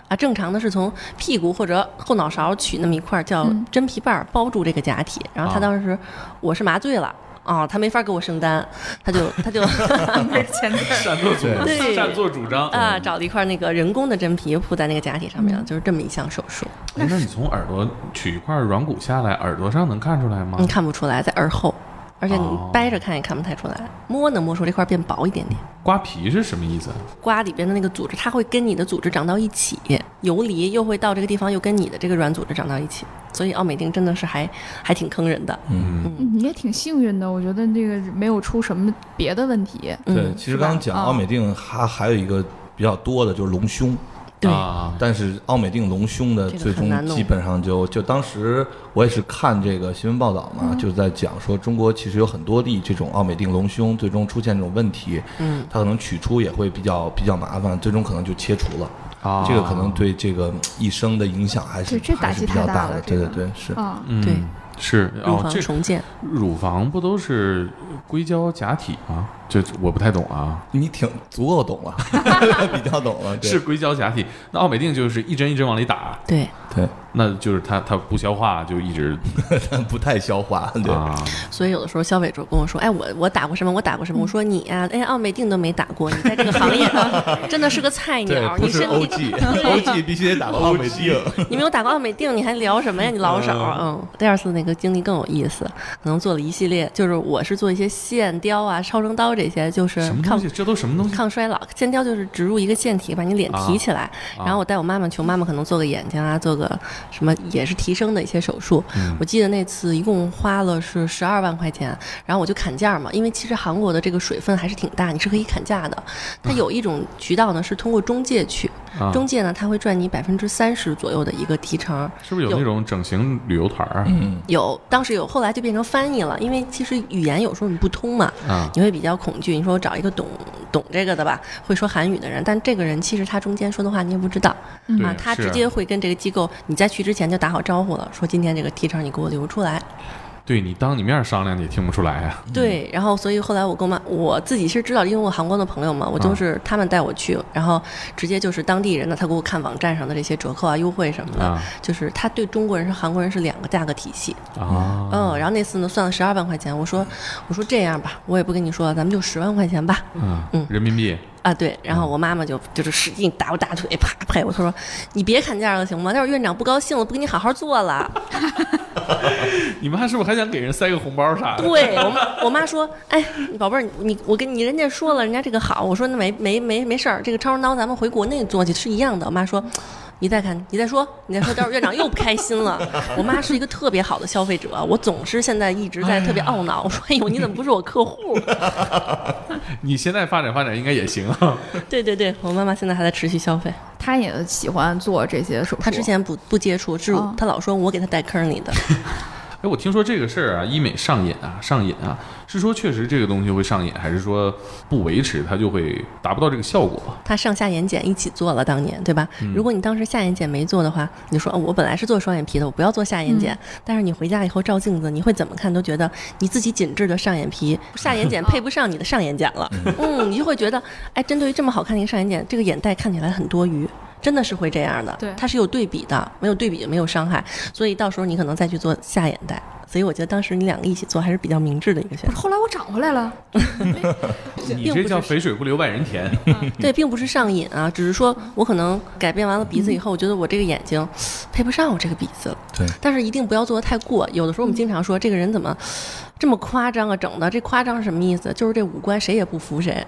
Speaker 2: 啊，正常的是从屁股或者后脑勺取那么一块儿叫
Speaker 4: 嗯
Speaker 2: 真皮瓣儿包住这个假体，然后他
Speaker 3: 啊
Speaker 2: 当时我是麻醉了。啊，他没法给我升单，他
Speaker 3: <laughs>
Speaker 2: 就他就
Speaker 4: <laughs> 没钱的
Speaker 3: 擅作主
Speaker 2: 对
Speaker 3: 擅作主张。
Speaker 2: 啊找了一块那个人工的真皮铺在那个假体上面了，就是这么一项手术。
Speaker 3: 哎，那你从耳朵取一块软骨下来，耳朵上能看出来吗
Speaker 2: 你？看不出来，在耳后，而且你
Speaker 3: 啊哦
Speaker 2: 掰着看也看不太出来，摸能摸出这块变薄一点点。
Speaker 3: 刮皮是什么意思？
Speaker 2: 刮里边的那个组织，它会跟你的组织长到一起，游离又会到这个地方，又跟你的这个软组织长到一起，所以奥美定真的是还还挺坑人的。
Speaker 3: 嗯，
Speaker 4: 嗯你也挺幸运的，我觉得这个没有出什么别的问题。
Speaker 6: 对，
Speaker 2: 嗯，
Speaker 6: 其实刚刚讲奥美定，它还有一个比较多的就是隆胸，
Speaker 2: 对
Speaker 3: 啊，
Speaker 6: 但是奥美定隆胸的
Speaker 2: 这个
Speaker 6: 最
Speaker 2: 很
Speaker 6: 终
Speaker 2: 难弄
Speaker 6: 基本上就就当时我也是看这个新闻报道
Speaker 2: 嗯
Speaker 6: 嘛，就是在讲说中国其实有很多例这种奥美定隆胸最终出现这种问题，
Speaker 2: 嗯，
Speaker 6: 它可能取出也会比较比较麻烦，最终可能就切除了。
Speaker 3: 啊
Speaker 6: 这个可能对这个嗯一生的影响还是
Speaker 4: 对这打
Speaker 6: 还是
Speaker 4: 击
Speaker 6: 比
Speaker 4: 太
Speaker 6: 较
Speaker 4: 大
Speaker 6: 大
Speaker 4: 了
Speaker 6: 的，
Speaker 4: 这
Speaker 6: 对对
Speaker 4: 个
Speaker 6: 对是。
Speaker 4: 啊，
Speaker 3: 嗯
Speaker 2: 对
Speaker 3: 是
Speaker 2: 乳
Speaker 3: 哦，
Speaker 2: 房
Speaker 3: 这
Speaker 2: 重建，
Speaker 3: 乳房不都是硅胶假体吗？这我不太懂啊，
Speaker 6: 你挺足够懂了， <laughs> 比较懂了，对
Speaker 3: 是硅胶假体。那奥美定就是一针一针往里打，
Speaker 2: 对，
Speaker 6: 对，
Speaker 3: 那就是它它不消化就一直
Speaker 6: 但不太消化，对，
Speaker 3: 啊，
Speaker 2: 所以有的时候消费者跟我说：“哎，我我打过什么？我打过
Speaker 3: 嗯
Speaker 2: 什么？”我说：“你呀、哎，奥美定都没打过，你在这个行
Speaker 3: <laughs>
Speaker 2: 业真的是个菜鸟，你身体
Speaker 6: OG，OG 必须
Speaker 3: <laughs>
Speaker 6: 得打奥美定，
Speaker 2: 你没有打过奥美定，你还聊什么呀？你老手，嗯。第二次那个经历更有意思，可能做了一系列，就是我是做一些线雕啊、超声刀这些，就是
Speaker 3: 什么东
Speaker 2: 抗
Speaker 3: 西？这都什么东西？
Speaker 2: 抗衰老。线雕就是植入一个腺体，把你脸提起来。
Speaker 3: 啊
Speaker 2: 然后我带我妈妈去，我妈妈可能做个眼睛啊，做个什么也是提升的一些手术。
Speaker 3: 嗯
Speaker 2: 我记得那次一共花了是十二万块钱，然后我就砍价嘛，因为其实韩国的这个水分还是挺大，你是可以砍价的。它有一种渠道呢是通过中介去，
Speaker 3: 啊
Speaker 2: 中介呢它会赚你百分之三十左右的一个提成。
Speaker 3: 是不是有那种整形旅游团儿
Speaker 6: <laughs>
Speaker 2: 有，当时有，后来就变成翻译了，因为其实语言有时候你不通嘛，
Speaker 3: 啊？
Speaker 2: 你会比较恐惧。你说我找一个懂懂这个的吧，会说韩语的人，但这个人其实他中间说的话你也不知道
Speaker 3: 对
Speaker 2: 啊，他
Speaker 3: 是
Speaker 2: 直接会跟这个机构，你在去之前就打好招呼了，说今天这个提成你给我留出来。
Speaker 3: 对你当你面商量，你也听不出来啊呀。
Speaker 2: 对，然后所以后来我跟我妈，我自己是知道，因为我韩国的朋友嘛，我都
Speaker 3: 啊
Speaker 2: 是他们带我去，然后直接就是当地人呢，他给我看网站上的这些折扣啊、优惠什么的，
Speaker 3: 啊
Speaker 2: 就是他对中国人和韩国人是两个价格体系。
Speaker 3: 啊，
Speaker 2: 嗯，然后那次呢算了十二万块钱，我说我说这样吧，我也不跟你说了，咱们就十万块钱吧。
Speaker 3: 嗯，人民币
Speaker 2: 啊，对，然后我妈妈就就是使劲打我大腿，啪拍我，她说：“你别砍价了，行吗？待会儿院长不高兴了，不给你好好做了。
Speaker 3: 你妈是不是还想给人塞个红包啥”的？
Speaker 2: 对我妈，我妈说：“哎，宝贝儿，你我跟你人家说了，人家这个好。”我说：“那没没没没事儿，这个超声刀咱们回国内做去是一样的。”我妈说：“你再看，你再说，你再说，待会儿院长又不开心了。”我妈是一个特别好的消费者，我总是现在一直在特别懊恼，我说：“哎呦，你怎么不是我客户？” <laughs>
Speaker 3: 你现在发展发展应该也行啊。
Speaker 2: 对对对，我妈妈现在还在持续消费。
Speaker 4: 他也喜欢做这些手术。
Speaker 2: 他之前不不接触，是
Speaker 4: 哦
Speaker 2: 他老说我给他带坑里的，
Speaker 3: 哎，我听说这个事儿啊，医美上瘾啊，上瘾啊，是说确实这个东西会上瘾，还是说不维持它就会达不到这个效果？
Speaker 2: 他上下眼睑一起做了，当年对吧？如果你当时下眼睑没做的话，你就说、哦、我本来是做双眼皮的，我不要做下眼睑。但是你回家以后照镜子，你会怎么看都觉得你自己紧致的上眼皮、下眼睑配不上你的上眼睑了。嗯，你就会觉得，哎，针对于这么好看的一个上眼睑，这个眼袋看起来很多余。真的是会这样的，
Speaker 4: 对
Speaker 2: 它是有对比的，没有对比就没有伤害，所以到时候你可能再去做下眼袋。所以我觉得当时你两个一起做还是比较明智的一个选择
Speaker 4: 不是，。后来我长回来了，
Speaker 3: 你这叫肥水不流外人田，
Speaker 2: 对，并不是上瘾啊，只是说我可能改变完了鼻子以后，我觉得我这个眼睛配不上我这个鼻子了。
Speaker 6: 对
Speaker 2: 但是一定不要做的太过。有的时候我
Speaker 4: 嗯
Speaker 2: 们经常说，这个人怎么这么夸张啊？整的这夸张是什么意思？就是这五官谁也不服
Speaker 4: <laughs>
Speaker 2: 谁。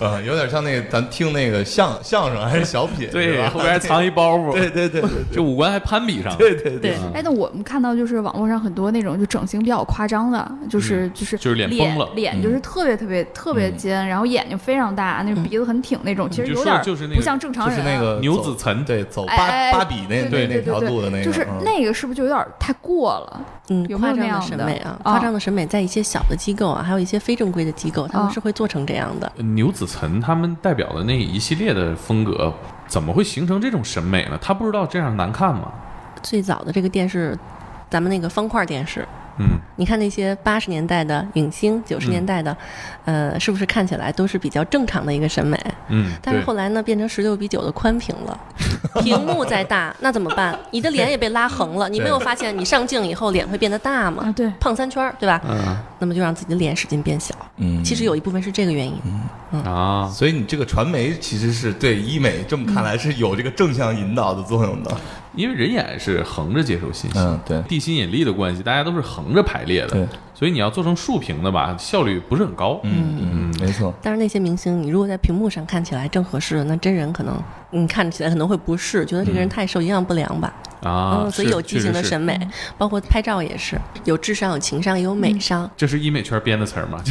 Speaker 6: 呃，有点像那个咱听那个相相声还是小品，是吧
Speaker 3: 后边还藏一包袱，
Speaker 6: <laughs> 对对对对
Speaker 3: 这五官还攀比上了，
Speaker 6: 对对对，
Speaker 2: 对
Speaker 4: 哎，那我们看到就是网络上很多那种就整形比较夸张的，就是、就是
Speaker 3: 嗯就是脸崩了嗯
Speaker 4: 脸就是特别特别、特别尖，然后眼睛非常大，那种鼻子很挺那种，其实
Speaker 3: 嗯就
Speaker 4: 有
Speaker 3: 说
Speaker 4: 点
Speaker 3: 就是那
Speaker 4: 不
Speaker 3: 个呃
Speaker 4: 像正常
Speaker 6: 就
Speaker 4: 人、
Speaker 6: 是
Speaker 4: 啊。
Speaker 6: 那个
Speaker 3: 牛
Speaker 6: 走
Speaker 3: 子岑
Speaker 6: 对，走
Speaker 4: 哎
Speaker 6: 八
Speaker 4: 哎
Speaker 6: 八比那
Speaker 4: 对
Speaker 6: 那那条
Speaker 4: 对
Speaker 6: 路的那个，
Speaker 4: 就是
Speaker 6: 嗯
Speaker 4: 那个是不是就有点太过了？
Speaker 2: 嗯，
Speaker 4: 有没
Speaker 2: 夸
Speaker 4: 有那
Speaker 2: 张的
Speaker 4: 样
Speaker 2: 审
Speaker 4: 的
Speaker 2: 美啊，
Speaker 4: 啊
Speaker 2: 夸张的审美在一些小的机构啊，还有一些非正规的机构，他
Speaker 4: 啊
Speaker 2: 们是会做成这样的。
Speaker 3: 呃牛子岑他们代表的那一系列的风格，怎么会形成这种审美呢？他不知道这样难看吗？
Speaker 2: 最早的这个电视，咱们那个方块电视，
Speaker 3: 嗯，
Speaker 2: 你看那些八十年代的影星，九十年代的，呃，是不是看起来都是比较正常的一个审美？
Speaker 3: 嗯，
Speaker 2: 但是
Speaker 3: 对
Speaker 2: 后来呢，变成十六比九的宽屏
Speaker 3: <laughs>
Speaker 2: 了，屏幕再大，那怎么办？你的脸也被拉横了，你没有发现你上镜以后脸会变得大吗？
Speaker 4: 啊对
Speaker 2: 胖三圈儿，对吧？
Speaker 3: 嗯
Speaker 2: 那么就让自己的脸使劲变小。
Speaker 6: 嗯
Speaker 2: 其实有一部分是这个原因。
Speaker 3: 啊，
Speaker 6: 所以你这个传媒其实是对医美这么看来是有这个正向引导的作用的。
Speaker 3: 因为人眼是横着接受信息，
Speaker 6: 嗯对
Speaker 3: 地心引力的关系，大家都是横着排列的
Speaker 6: 对，嗯
Speaker 3: 所以你要做成竖屏的吧，效率不是很高。
Speaker 6: 嗯嗯，没错。
Speaker 2: 但是那些明星，你如果在屏幕上看起来正合适，那真人可能你看起来可能会不适，觉得这个人太瘦，营养不良吧。
Speaker 3: 啊，
Speaker 2: 嗯，所以
Speaker 3: 是
Speaker 2: 有畸形的。
Speaker 3: 确实
Speaker 2: 审
Speaker 3: 是
Speaker 2: 美，包括拍照也是，有智商、有情商，也有美商。
Speaker 3: 这是医美圈编的词儿吗？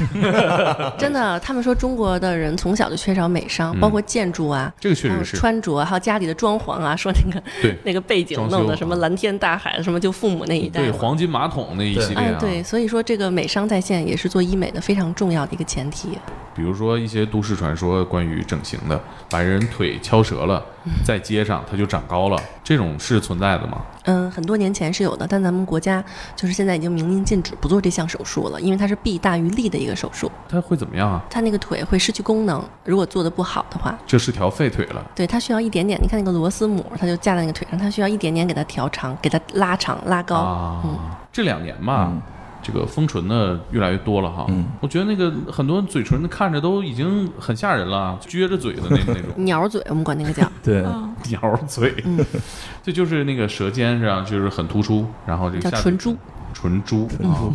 Speaker 2: 真的，他们说中国的人从小就缺少美
Speaker 3: 嗯
Speaker 2: 商，包括建筑啊，
Speaker 3: 这个确实
Speaker 2: 还有
Speaker 3: 是
Speaker 2: 穿着，还有家里的装潢啊，说那个
Speaker 3: 对
Speaker 2: 那个背景
Speaker 3: 装修嗯
Speaker 2: 弄的什么蓝天大海，什么就父母那一代
Speaker 3: 对，
Speaker 2: 嘛
Speaker 3: 黄金马桶那一系列
Speaker 2: 哎
Speaker 3: 啊，
Speaker 2: 对，所以说这个美商在线也是做医美的非常重要的一个前提。
Speaker 3: 比如说一些都市传说关于整形的，把人腿敲折了，在街上它就长高了，这种是存在的吗？
Speaker 2: 嗯，很多年前是有的，但咱们国家就是现在已经明令禁止不做这项手术了，因为它是弊大于利的一个手术，
Speaker 3: 它会怎么样啊？
Speaker 2: 它那个腿会失去功能，如果做的不好的话。
Speaker 3: 这是条废腿了，
Speaker 2: 对，它需要一点点，你看那个螺丝母，它就架在那个腿上，它需要一点点给它调长，给它拉长、拉高。
Speaker 3: 啊，
Speaker 2: 嗯
Speaker 3: 这两年吧，
Speaker 6: 嗯
Speaker 3: 这个丰唇的越来越多了哈。
Speaker 6: 嗯
Speaker 3: 我觉得那个很多嘴唇看着都已经很吓人了，啊撅着嘴的那那种
Speaker 2: 鸟嘴，我们管那个叫。
Speaker 6: 对，
Speaker 4: 嗯
Speaker 2: 嗯
Speaker 3: 鸟嘴， <laughs> 这就是那个舌尖上就是很突出，然后这个
Speaker 2: 叫
Speaker 3: 下
Speaker 2: 唇
Speaker 3: 嘴唇
Speaker 2: 珠。
Speaker 3: 唇珠啊，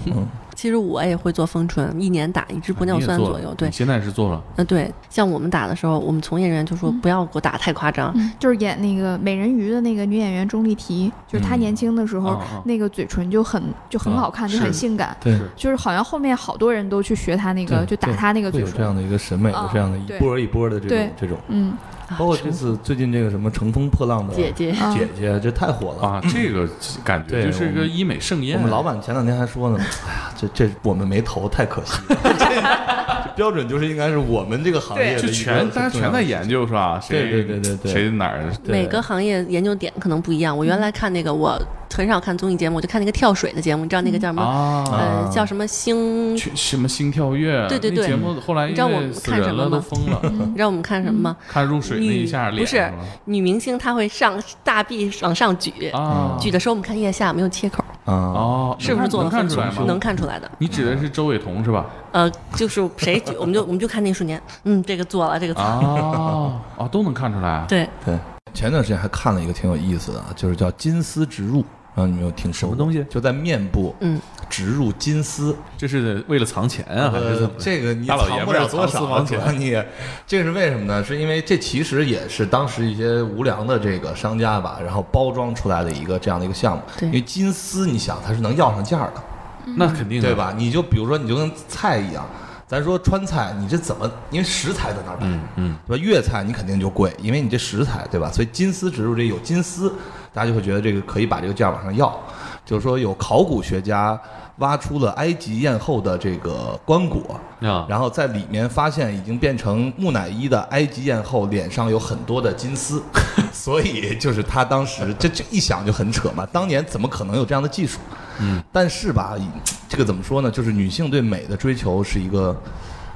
Speaker 2: 其实我也会做丰唇，一年打一支玻尿酸左右。对
Speaker 3: 嗯你，现在是做了，
Speaker 2: 嗯，对，像我们打的时候，我们从业人员就说
Speaker 3: 嗯
Speaker 2: 不要给我打太夸张。
Speaker 4: 嗯，就是演那个美人鱼的那个女演员钟丽缇，就是她年轻的时候、
Speaker 3: 嗯啊啊
Speaker 4: 那个嘴唇就很就很好看，
Speaker 3: 啊
Speaker 4: 就很
Speaker 3: 是
Speaker 4: 性感。
Speaker 6: 对
Speaker 3: 是
Speaker 4: 就是好像后面好多人都去学她那个，
Speaker 6: 对
Speaker 4: 就打
Speaker 6: 对
Speaker 4: 她那个嘴
Speaker 6: 会有这样
Speaker 4: 唇。
Speaker 6: 的一个审美，
Speaker 4: 啊
Speaker 6: 有这样的一
Speaker 4: 对
Speaker 6: 波一波的这
Speaker 4: 对
Speaker 6: 种这种，
Speaker 4: 嗯，
Speaker 6: 包括这次最近这个什么乘风破浪的
Speaker 2: 姐姐，
Speaker 4: 啊
Speaker 6: 姐姐，这太火了。
Speaker 3: 啊，这个感觉
Speaker 6: 嗯对
Speaker 3: 就是一
Speaker 6: 我
Speaker 3: 个
Speaker 6: 们
Speaker 3: 医美盛宴。
Speaker 6: 我们老板前两天还说呢，哎呀，这这我们没投太可惜了，这这标准就是应该是我们这个行业的
Speaker 3: 就
Speaker 6: 一个
Speaker 3: 全大家全在研究是吧？谁
Speaker 6: 对对对对对
Speaker 3: 谁哪儿
Speaker 6: 对
Speaker 2: 每个行业研究点可能不一样。我原来看那个，我很少看综艺节目，我就看那个跳水的节目，你知道那个叫什么？
Speaker 3: 啊？
Speaker 2: 呃，叫什么星？
Speaker 3: 去什么心跳跃？
Speaker 2: 对对
Speaker 3: 那
Speaker 2: 对
Speaker 3: 节目后来
Speaker 2: 你知道
Speaker 3: 因为
Speaker 2: 我们
Speaker 3: 死
Speaker 2: 看
Speaker 3: 人
Speaker 2: 什么
Speaker 3: 了都
Speaker 2: 吗
Speaker 3: 疯了。
Speaker 2: 你知道我们看什么吗？
Speaker 3: 看入水那一下
Speaker 2: 女
Speaker 3: 脸
Speaker 2: 不是
Speaker 3: 吧
Speaker 2: 女明星，她会上大臂往上举，
Speaker 3: 啊，
Speaker 2: 举的时候我们看腋下有没有切口，
Speaker 6: 啊，
Speaker 3: 哦，
Speaker 2: 嗯是不是做
Speaker 3: 能
Speaker 2: 了
Speaker 3: 看
Speaker 2: 丰
Speaker 3: 出来
Speaker 2: 唇？
Speaker 3: 吗
Speaker 2: 能？看出来的。
Speaker 3: 你指的是周伟彤是吧？
Speaker 2: 呃，就是谁举，我们就我们就看那一瞬间，嗯，这个做了，这个做了。 <laughs>
Speaker 3: 啊啊，都能看出来啊。
Speaker 2: 对，
Speaker 6: 对，前段时间还看了一个挺有意思的，啊，就是叫金丝植入，然后你没有听说过
Speaker 3: 什么东西
Speaker 6: 就在面部，
Speaker 2: 嗯，
Speaker 6: 植入金丝，
Speaker 3: 这是为了藏钱啊， <laughs> 还是
Speaker 6: 呃
Speaker 3: 怎么着？
Speaker 6: 这个你
Speaker 3: 大老爷
Speaker 6: 藏
Speaker 3: 们
Speaker 6: 不
Speaker 3: 儿
Speaker 6: 了
Speaker 3: 要
Speaker 6: 多
Speaker 3: 藏私
Speaker 6: 少
Speaker 3: 房
Speaker 6: 啊，主
Speaker 3: 钱
Speaker 6: 要
Speaker 3: <laughs>
Speaker 6: 你也这个是为什么呢？是因为这其实也是当时一些无良的这个商家吧，然后包装出来的一个这样的一个项目。
Speaker 2: 对
Speaker 6: 因为金丝，你想它是能要上价的，
Speaker 3: 那肯定的
Speaker 6: 对？吧？你就比如说，你就跟菜一样。咱说川菜，你这怎么？因为食材在那儿摆，
Speaker 3: 嗯，
Speaker 6: 对吧？粤菜你肯定就贵，因为你这食材，对吧？所以金丝植入这有金丝，大家就会觉得这个可以把这个价往上要。就是说，有考古学家挖出了埃及艳后的这个棺椁，
Speaker 3: 啊，
Speaker 6: 然后在里面发现已经变成木乃伊的埃及艳后脸上有很多的金丝，所以就是他当时这这一想就很扯嘛，当年怎么可能有这样的技术？嗯，但是吧，以这个怎么说呢？就是女性对美的追求是一个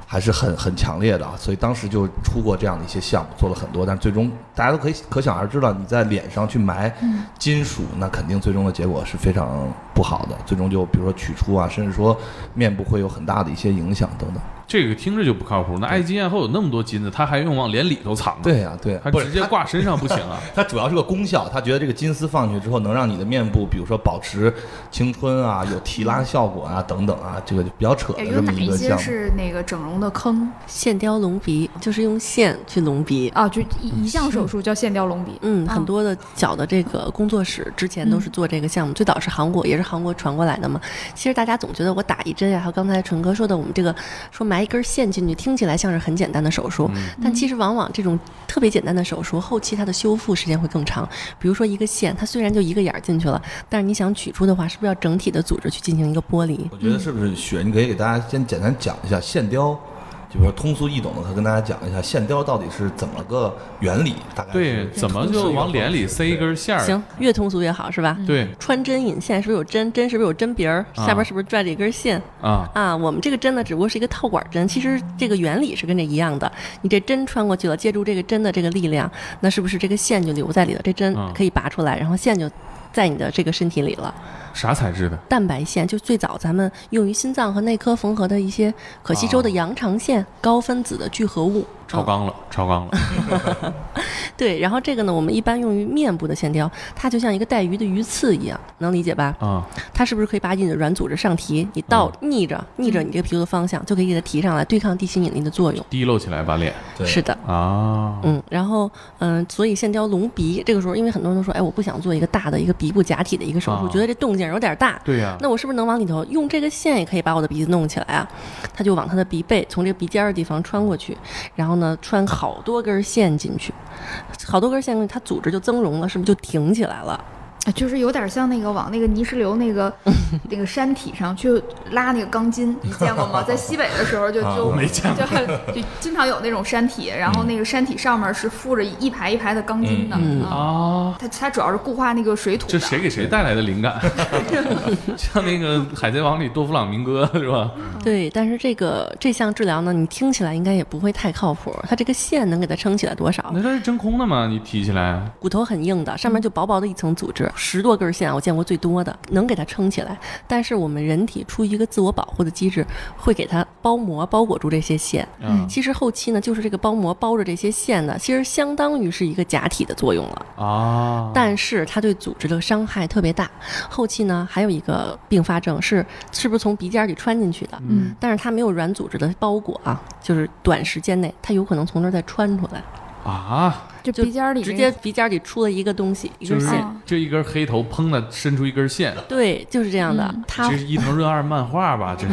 Speaker 6: 还是很很强烈的啊，所以当时就出过这样的一些项目，做了很多，但是最终大家都可以可想而知了，你在脸上去埋金属，那肯定最终的结果是非常不好的，最终就比如说取出啊，甚至说面部会有很大的一些影响等等。
Speaker 3: 这个听着就不靠谱。那啊埃及艳后有那么多金子，他还用往脸里头藏？，
Speaker 6: 对呀、对
Speaker 3: 啊
Speaker 6: 呀、啊
Speaker 3: 他
Speaker 6: 不是
Speaker 3: 直接挂身上不行啊？
Speaker 6: 它主要是个功效，他觉得这个金丝放进去之后，能让你的面部，比如说保持青春啊，有提拉效果啊，等等啊，这个就比较扯的
Speaker 4: 哎
Speaker 6: 这
Speaker 4: 有
Speaker 6: 么
Speaker 4: 哪
Speaker 6: 一
Speaker 4: 一
Speaker 6: 个
Speaker 4: 些
Speaker 6: 项目。
Speaker 4: 是那个整容的坑
Speaker 2: 线雕隆鼻就是用线去隆鼻。
Speaker 4: 啊？就
Speaker 6: 嗯
Speaker 4: 一一项手术叫线雕隆鼻，
Speaker 2: 嗯，
Speaker 4: 啊
Speaker 2: 很多的小的这个工作室之前都是做这个项目，最早是韩国，也是韩国传过来的嘛。其实大家总觉得我打一针呀、还有刚才纯哥说的，我们这个说埋一根线进去，听起来像是很简单的手术，但其实往往这种特别简单的手术，后期它的修复时间会更长。比如说一个线，它虽然就一个眼儿进去了，但是你想取出的话，是不是要整体的组织去进行一个剥离？
Speaker 6: 我觉得是不是雪？你可以给大家先简单讲一下线雕，就比如说通俗易懂的，可以跟大家讲一下线雕到底是怎么个原理，大概
Speaker 3: 对，
Speaker 6: 是
Speaker 3: 怎么就往脸里塞一根线儿？
Speaker 2: 行，越通俗越好，是吧？
Speaker 3: 对
Speaker 2: 穿针引线是不是有针？针是不是有针鼻儿？
Speaker 3: 啊
Speaker 2: 下边是不是拽着一根线？
Speaker 3: 啊，
Speaker 2: 啊，我们这个针呢，只不过是一个套管针，其实这个原理是跟这一样的。你这针穿过去了，借助这个针的这个力量，那是不是这个线就留在里了？这针
Speaker 3: 嗯
Speaker 2: 可以拔出来，然后线就。在你的这个身体里了，
Speaker 3: 啥材质的？
Speaker 2: 蛋白线就最早咱们用于心脏和内科缝合的一些可吸收的羊肠线、高分子的聚合物，
Speaker 3: 超
Speaker 2: 嗯
Speaker 3: 纲了，超纲了。
Speaker 2: 对，然后这个呢，我们一般用于面部的线雕，它就像一个带鱼的鱼刺一样，能理解吧？
Speaker 3: 啊，
Speaker 2: 它是不是可以把你的软组织上提？你倒逆着，逆着你这个皮肤的方向，就可以给它提上来，对抗地心引力的作用。
Speaker 3: 滴漏起来把脸
Speaker 6: 对
Speaker 2: 是的。
Speaker 3: 啊，
Speaker 2: 嗯，然后嗯、所以线雕隆鼻，这个时候因为很多人都说，哎，我不想做一个大的一个鼻部假体的一个手术，
Speaker 3: 啊
Speaker 2: 觉得这动静有点大。
Speaker 3: 对呀，
Speaker 2: 那我是不是能往里头用这个线也可以把我的鼻子弄起来啊？他就往他的鼻背，从这个鼻尖儿的地方穿过去，然后呢穿好多根线进去，好多根线进去，它组织就增容了，是不是就挺起来了？
Speaker 4: 啊就是有点像那个往那个泥石流那
Speaker 6: <laughs>
Speaker 4: 个那个山体上去拉那个钢筋，你见过吗？在西北的时候就
Speaker 6: 啊
Speaker 4: 就没见过，就很就经常有那种山体，然
Speaker 6: 嗯
Speaker 4: 后那个山体上面是附着一排一排的钢筋的
Speaker 2: 嗯嗯
Speaker 4: 啊。
Speaker 3: 啊，
Speaker 4: 它它主要是固化那个水土的。
Speaker 3: 这谁给谁带来的灵
Speaker 2: <laughs>
Speaker 3: 感？像那个《海贼王》里多弗朗明哥是吧？
Speaker 2: 对，但是这个这项治疗呢，你听起来应该也不会太靠谱。它这个线能给它撑起来多少
Speaker 3: 那？这是真空的吗？你提起来
Speaker 2: 骨头很硬的，上
Speaker 3: 嗯
Speaker 2: 面就薄薄的一层组织，十多根线啊我见过最多的，能给它撑起来。但是我们人体出于一个自我保护的机制，会给它包膜包裹住这些线。
Speaker 3: 嗯
Speaker 2: 其实后期呢，就是这个包膜包着这些线呢，其实相当于是一个假体的作用了。
Speaker 3: 啊，
Speaker 2: 但是它对组织的伤害特别大，后期呢还有一个并发症是是不是从鼻尖儿里穿进去的？
Speaker 4: 嗯，
Speaker 2: 但是它没有软组织的包裹啊，就是短时间内它有可能从这儿再穿出来，
Speaker 3: 啊，
Speaker 4: 就
Speaker 2: 就
Speaker 4: 鼻尖儿里
Speaker 2: 直
Speaker 4: 那
Speaker 2: 接
Speaker 4: 个
Speaker 2: 鼻尖儿里出了一个东西，一
Speaker 3: 就
Speaker 2: 根
Speaker 3: 是
Speaker 2: 线。
Speaker 4: 线
Speaker 3: 这一根黑头，砰的伸出一根线，
Speaker 2: 对，就是这样的。
Speaker 4: 嗯
Speaker 2: 它
Speaker 3: 这是伊藤润二漫画吧？
Speaker 2: <laughs>
Speaker 3: 这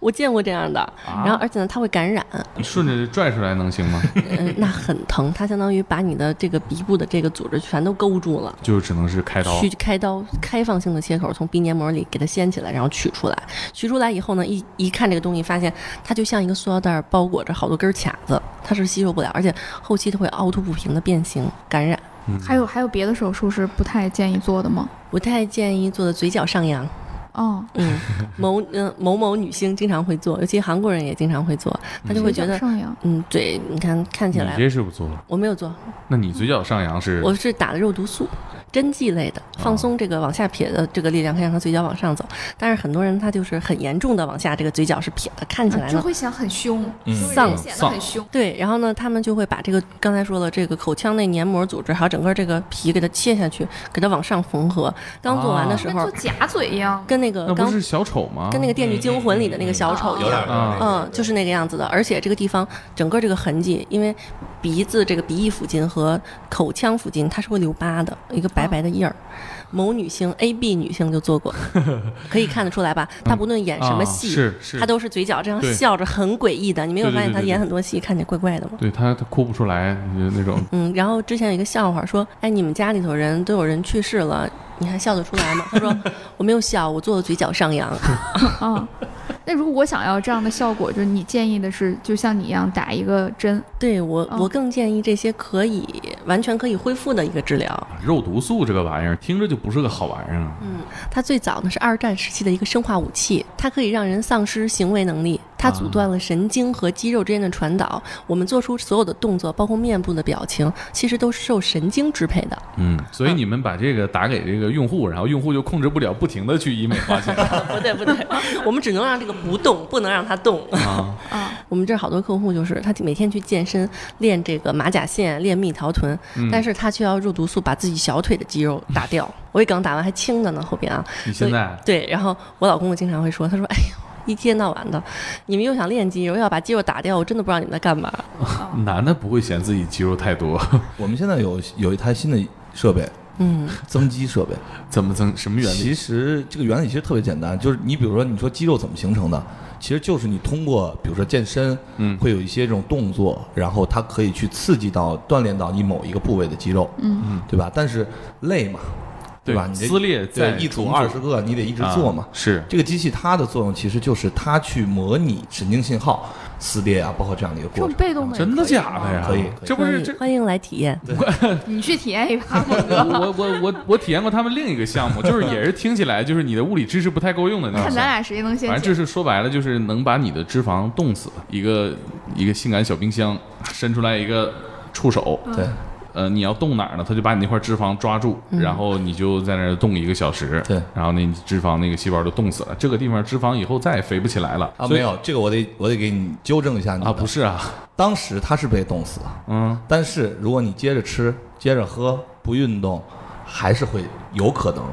Speaker 2: 我见过这样的，
Speaker 3: 啊
Speaker 2: 然后而且呢，它会感染，
Speaker 3: 你顺着拽出来能行吗？
Speaker 2: 嗯，那很疼，它相当于把你的这个鼻部的这个组织全都勾住了。
Speaker 3: 就只能是开刀
Speaker 2: 去开刀，开放性的切口，从鼻黏膜里给它掀起来，然后取出来。取出来以后呢，一一看这个东西，发现它就像一个塑料袋儿包裹着好多根儿卡子，它是吸收不了，而且后期它会凹凸不平的变形感染。
Speaker 4: 还有还有别的手术是不太建议做的吗？
Speaker 2: 不太建议做的嘴角上扬，
Speaker 4: 哦，
Speaker 2: 嗯，某嗯、某某女星经常会做，尤其韩国人也经常会做，她就会觉
Speaker 4: 嘴角
Speaker 2: 得，
Speaker 4: 上扬。
Speaker 2: 嗯，嘴你看看起
Speaker 3: 你
Speaker 2: 来，
Speaker 3: 这是不做，
Speaker 2: 我没有做，
Speaker 3: 那你嘴角上扬是哦
Speaker 2: 我是打的肉毒素，针剂类的，放松这个往下撇的这个力量，可以让他嘴角往上走。但是很多人他就是很严重的往下，这个嘴角是撇的，看起
Speaker 4: 啊
Speaker 2: 来
Speaker 4: 这
Speaker 2: 呢。
Speaker 4: 会显得很凶，
Speaker 6: 嗯
Speaker 4: 就是
Speaker 2: 丧
Speaker 4: 人显得很凶。
Speaker 2: 对，然后呢，他们就会把这个刚才说了，这个口腔内黏膜组织，还有整个这个皮给它切下去，给它往上缝合。刚做完的时
Speaker 4: 跟
Speaker 2: 候，
Speaker 4: 做假嘴一
Speaker 6: <laughs>
Speaker 4: 样。
Speaker 2: 跟那个
Speaker 3: 那不
Speaker 2: 刚
Speaker 3: 是嗯小丑吗？
Speaker 2: 跟那个《电锯惊魂》里的那个小丑一
Speaker 6: 有
Speaker 2: 样
Speaker 6: 点，
Speaker 3: 啊
Speaker 2: 嗯，就是那个样子的。而且这个地方整个这个痕迹，因为鼻子这个鼻翼附近和口腔附近它是会留疤的，一个
Speaker 3: 哦
Speaker 2: 白白白的印儿。某女星 A B 女星就做
Speaker 3: <laughs>
Speaker 2: 过，可以看得出来吧？她不论演什么戏，
Speaker 3: 嗯啊是是
Speaker 2: 她都是嘴角这样
Speaker 3: 对
Speaker 2: 笑着，很诡异的。你没有
Speaker 3: 对对
Speaker 2: 发现
Speaker 3: 对
Speaker 2: 她
Speaker 3: 对
Speaker 2: 演
Speaker 3: 对
Speaker 2: 很多戏看起来怪怪的吗？
Speaker 3: 对他他哭不出来，就那
Speaker 2: <laughs>
Speaker 3: 种
Speaker 2: 嗯，然后之前有一个笑话说，哎，你们家里头人都有人去世了，你还笑得出来吗？他
Speaker 3: <laughs>
Speaker 2: 说我没有笑，我做的嘴角上扬。
Speaker 4: 啊。那如果我想要这样的效果，就是你建议的是，就像你一样打一个针，
Speaker 2: 对我，
Speaker 4: 哦
Speaker 2: 我更建议这些可以完全可以恢复的一个治疗。
Speaker 3: 肉毒素这个玩意儿，听着就不是个好玩意儿啊。
Speaker 2: 它最早呢是二战时期的一个生化武器，它可以让人丧失行为能力，它阻断了神经和肌肉之间的传导。我们做出所有的动作，包括面部的表情，其实都是受神经支配的。
Speaker 3: 嗯，所以你们把这个打给这个用户，然后用户就控制不了，不停的去医美花
Speaker 2: <laughs>
Speaker 3: 钱
Speaker 2: 不对不对， <laughs> 我们只能让这个不动，不能让它动。
Speaker 3: 啊。
Speaker 2: 我们这儿好多客户就是他每天去健身，练这个马甲线，练蜜桃臀，但是他却要肉毒素把自己小腿的肌肉打掉。我一刚打完还青着呢，后边啊。
Speaker 3: 你
Speaker 2: 所
Speaker 3: 现
Speaker 2: 以
Speaker 3: 在
Speaker 2: 对，然后我老公就经常会说，他说：“哎呦。”一天到晚的，你们又想练肌肉，又要把肌肉打掉，我真的不知道你们在干嘛。
Speaker 3: 男的不会嫌自己肌肉太多，
Speaker 6: 我们现在有有一台新的设备，
Speaker 2: 嗯，
Speaker 6: 增肌设备。
Speaker 3: 怎么增什么原理
Speaker 6: 其？实这个原理其实特别简单，就是你比如说你说肌肉怎么形成的，其实就是你通过比如说健身，
Speaker 3: 嗯
Speaker 6: 会有一些这种动作，然后它可以去刺激到锻炼到你某一个部位的肌肉，
Speaker 4: 嗯
Speaker 6: 嗯，对吧？但是累嘛，
Speaker 3: 对
Speaker 6: 吧？你这
Speaker 3: 撕裂在
Speaker 6: 对一组
Speaker 3: 重组
Speaker 6: 二十个，你得一直做嘛
Speaker 3: 啊。是
Speaker 6: 这个机器它的作用其实就是它去模拟神经信号撕裂啊，包括这样的一个
Speaker 4: 这
Speaker 6: 过
Speaker 4: 种
Speaker 6: 程。
Speaker 4: 被动的也
Speaker 3: 真的
Speaker 4: 可以
Speaker 3: 假的呀？
Speaker 6: 可以
Speaker 3: 这不
Speaker 2: 欢
Speaker 3: 是
Speaker 2: 迎
Speaker 3: 这
Speaker 2: 欢迎来体验。
Speaker 4: 你去体验一
Speaker 6: <laughs>
Speaker 4: 把，
Speaker 3: <laughs> 我我我我我体验过他们另一个项目，就是也是听起来就是你的物理知识不太够用的那种
Speaker 4: 看
Speaker 3: 项目。
Speaker 6: 啊
Speaker 4: 咱俩谁能先
Speaker 3: 反正
Speaker 4: 解
Speaker 3: 就
Speaker 4: 决。
Speaker 3: 是说白了，就是能把你的脂肪冻死。一个一个性感小冰箱伸出来一个触手，
Speaker 6: 对
Speaker 3: 呃，你要动哪儿呢？它就把你那块脂肪抓住，
Speaker 6: 嗯
Speaker 3: 然后你就在那儿冻一个小时。
Speaker 6: 对
Speaker 3: 然后那脂肪那个细胞就冻死了。这个地方脂肪以后再也肥不起来了
Speaker 6: 啊，
Speaker 3: 所以
Speaker 6: 没有这个我得我得给你纠正一下你
Speaker 3: 啊，
Speaker 6: 的
Speaker 3: 不，是啊，
Speaker 6: 当时它是被冻死的，
Speaker 3: 嗯，
Speaker 6: 但是如果你接着吃、接着喝、不运动，还是会有可能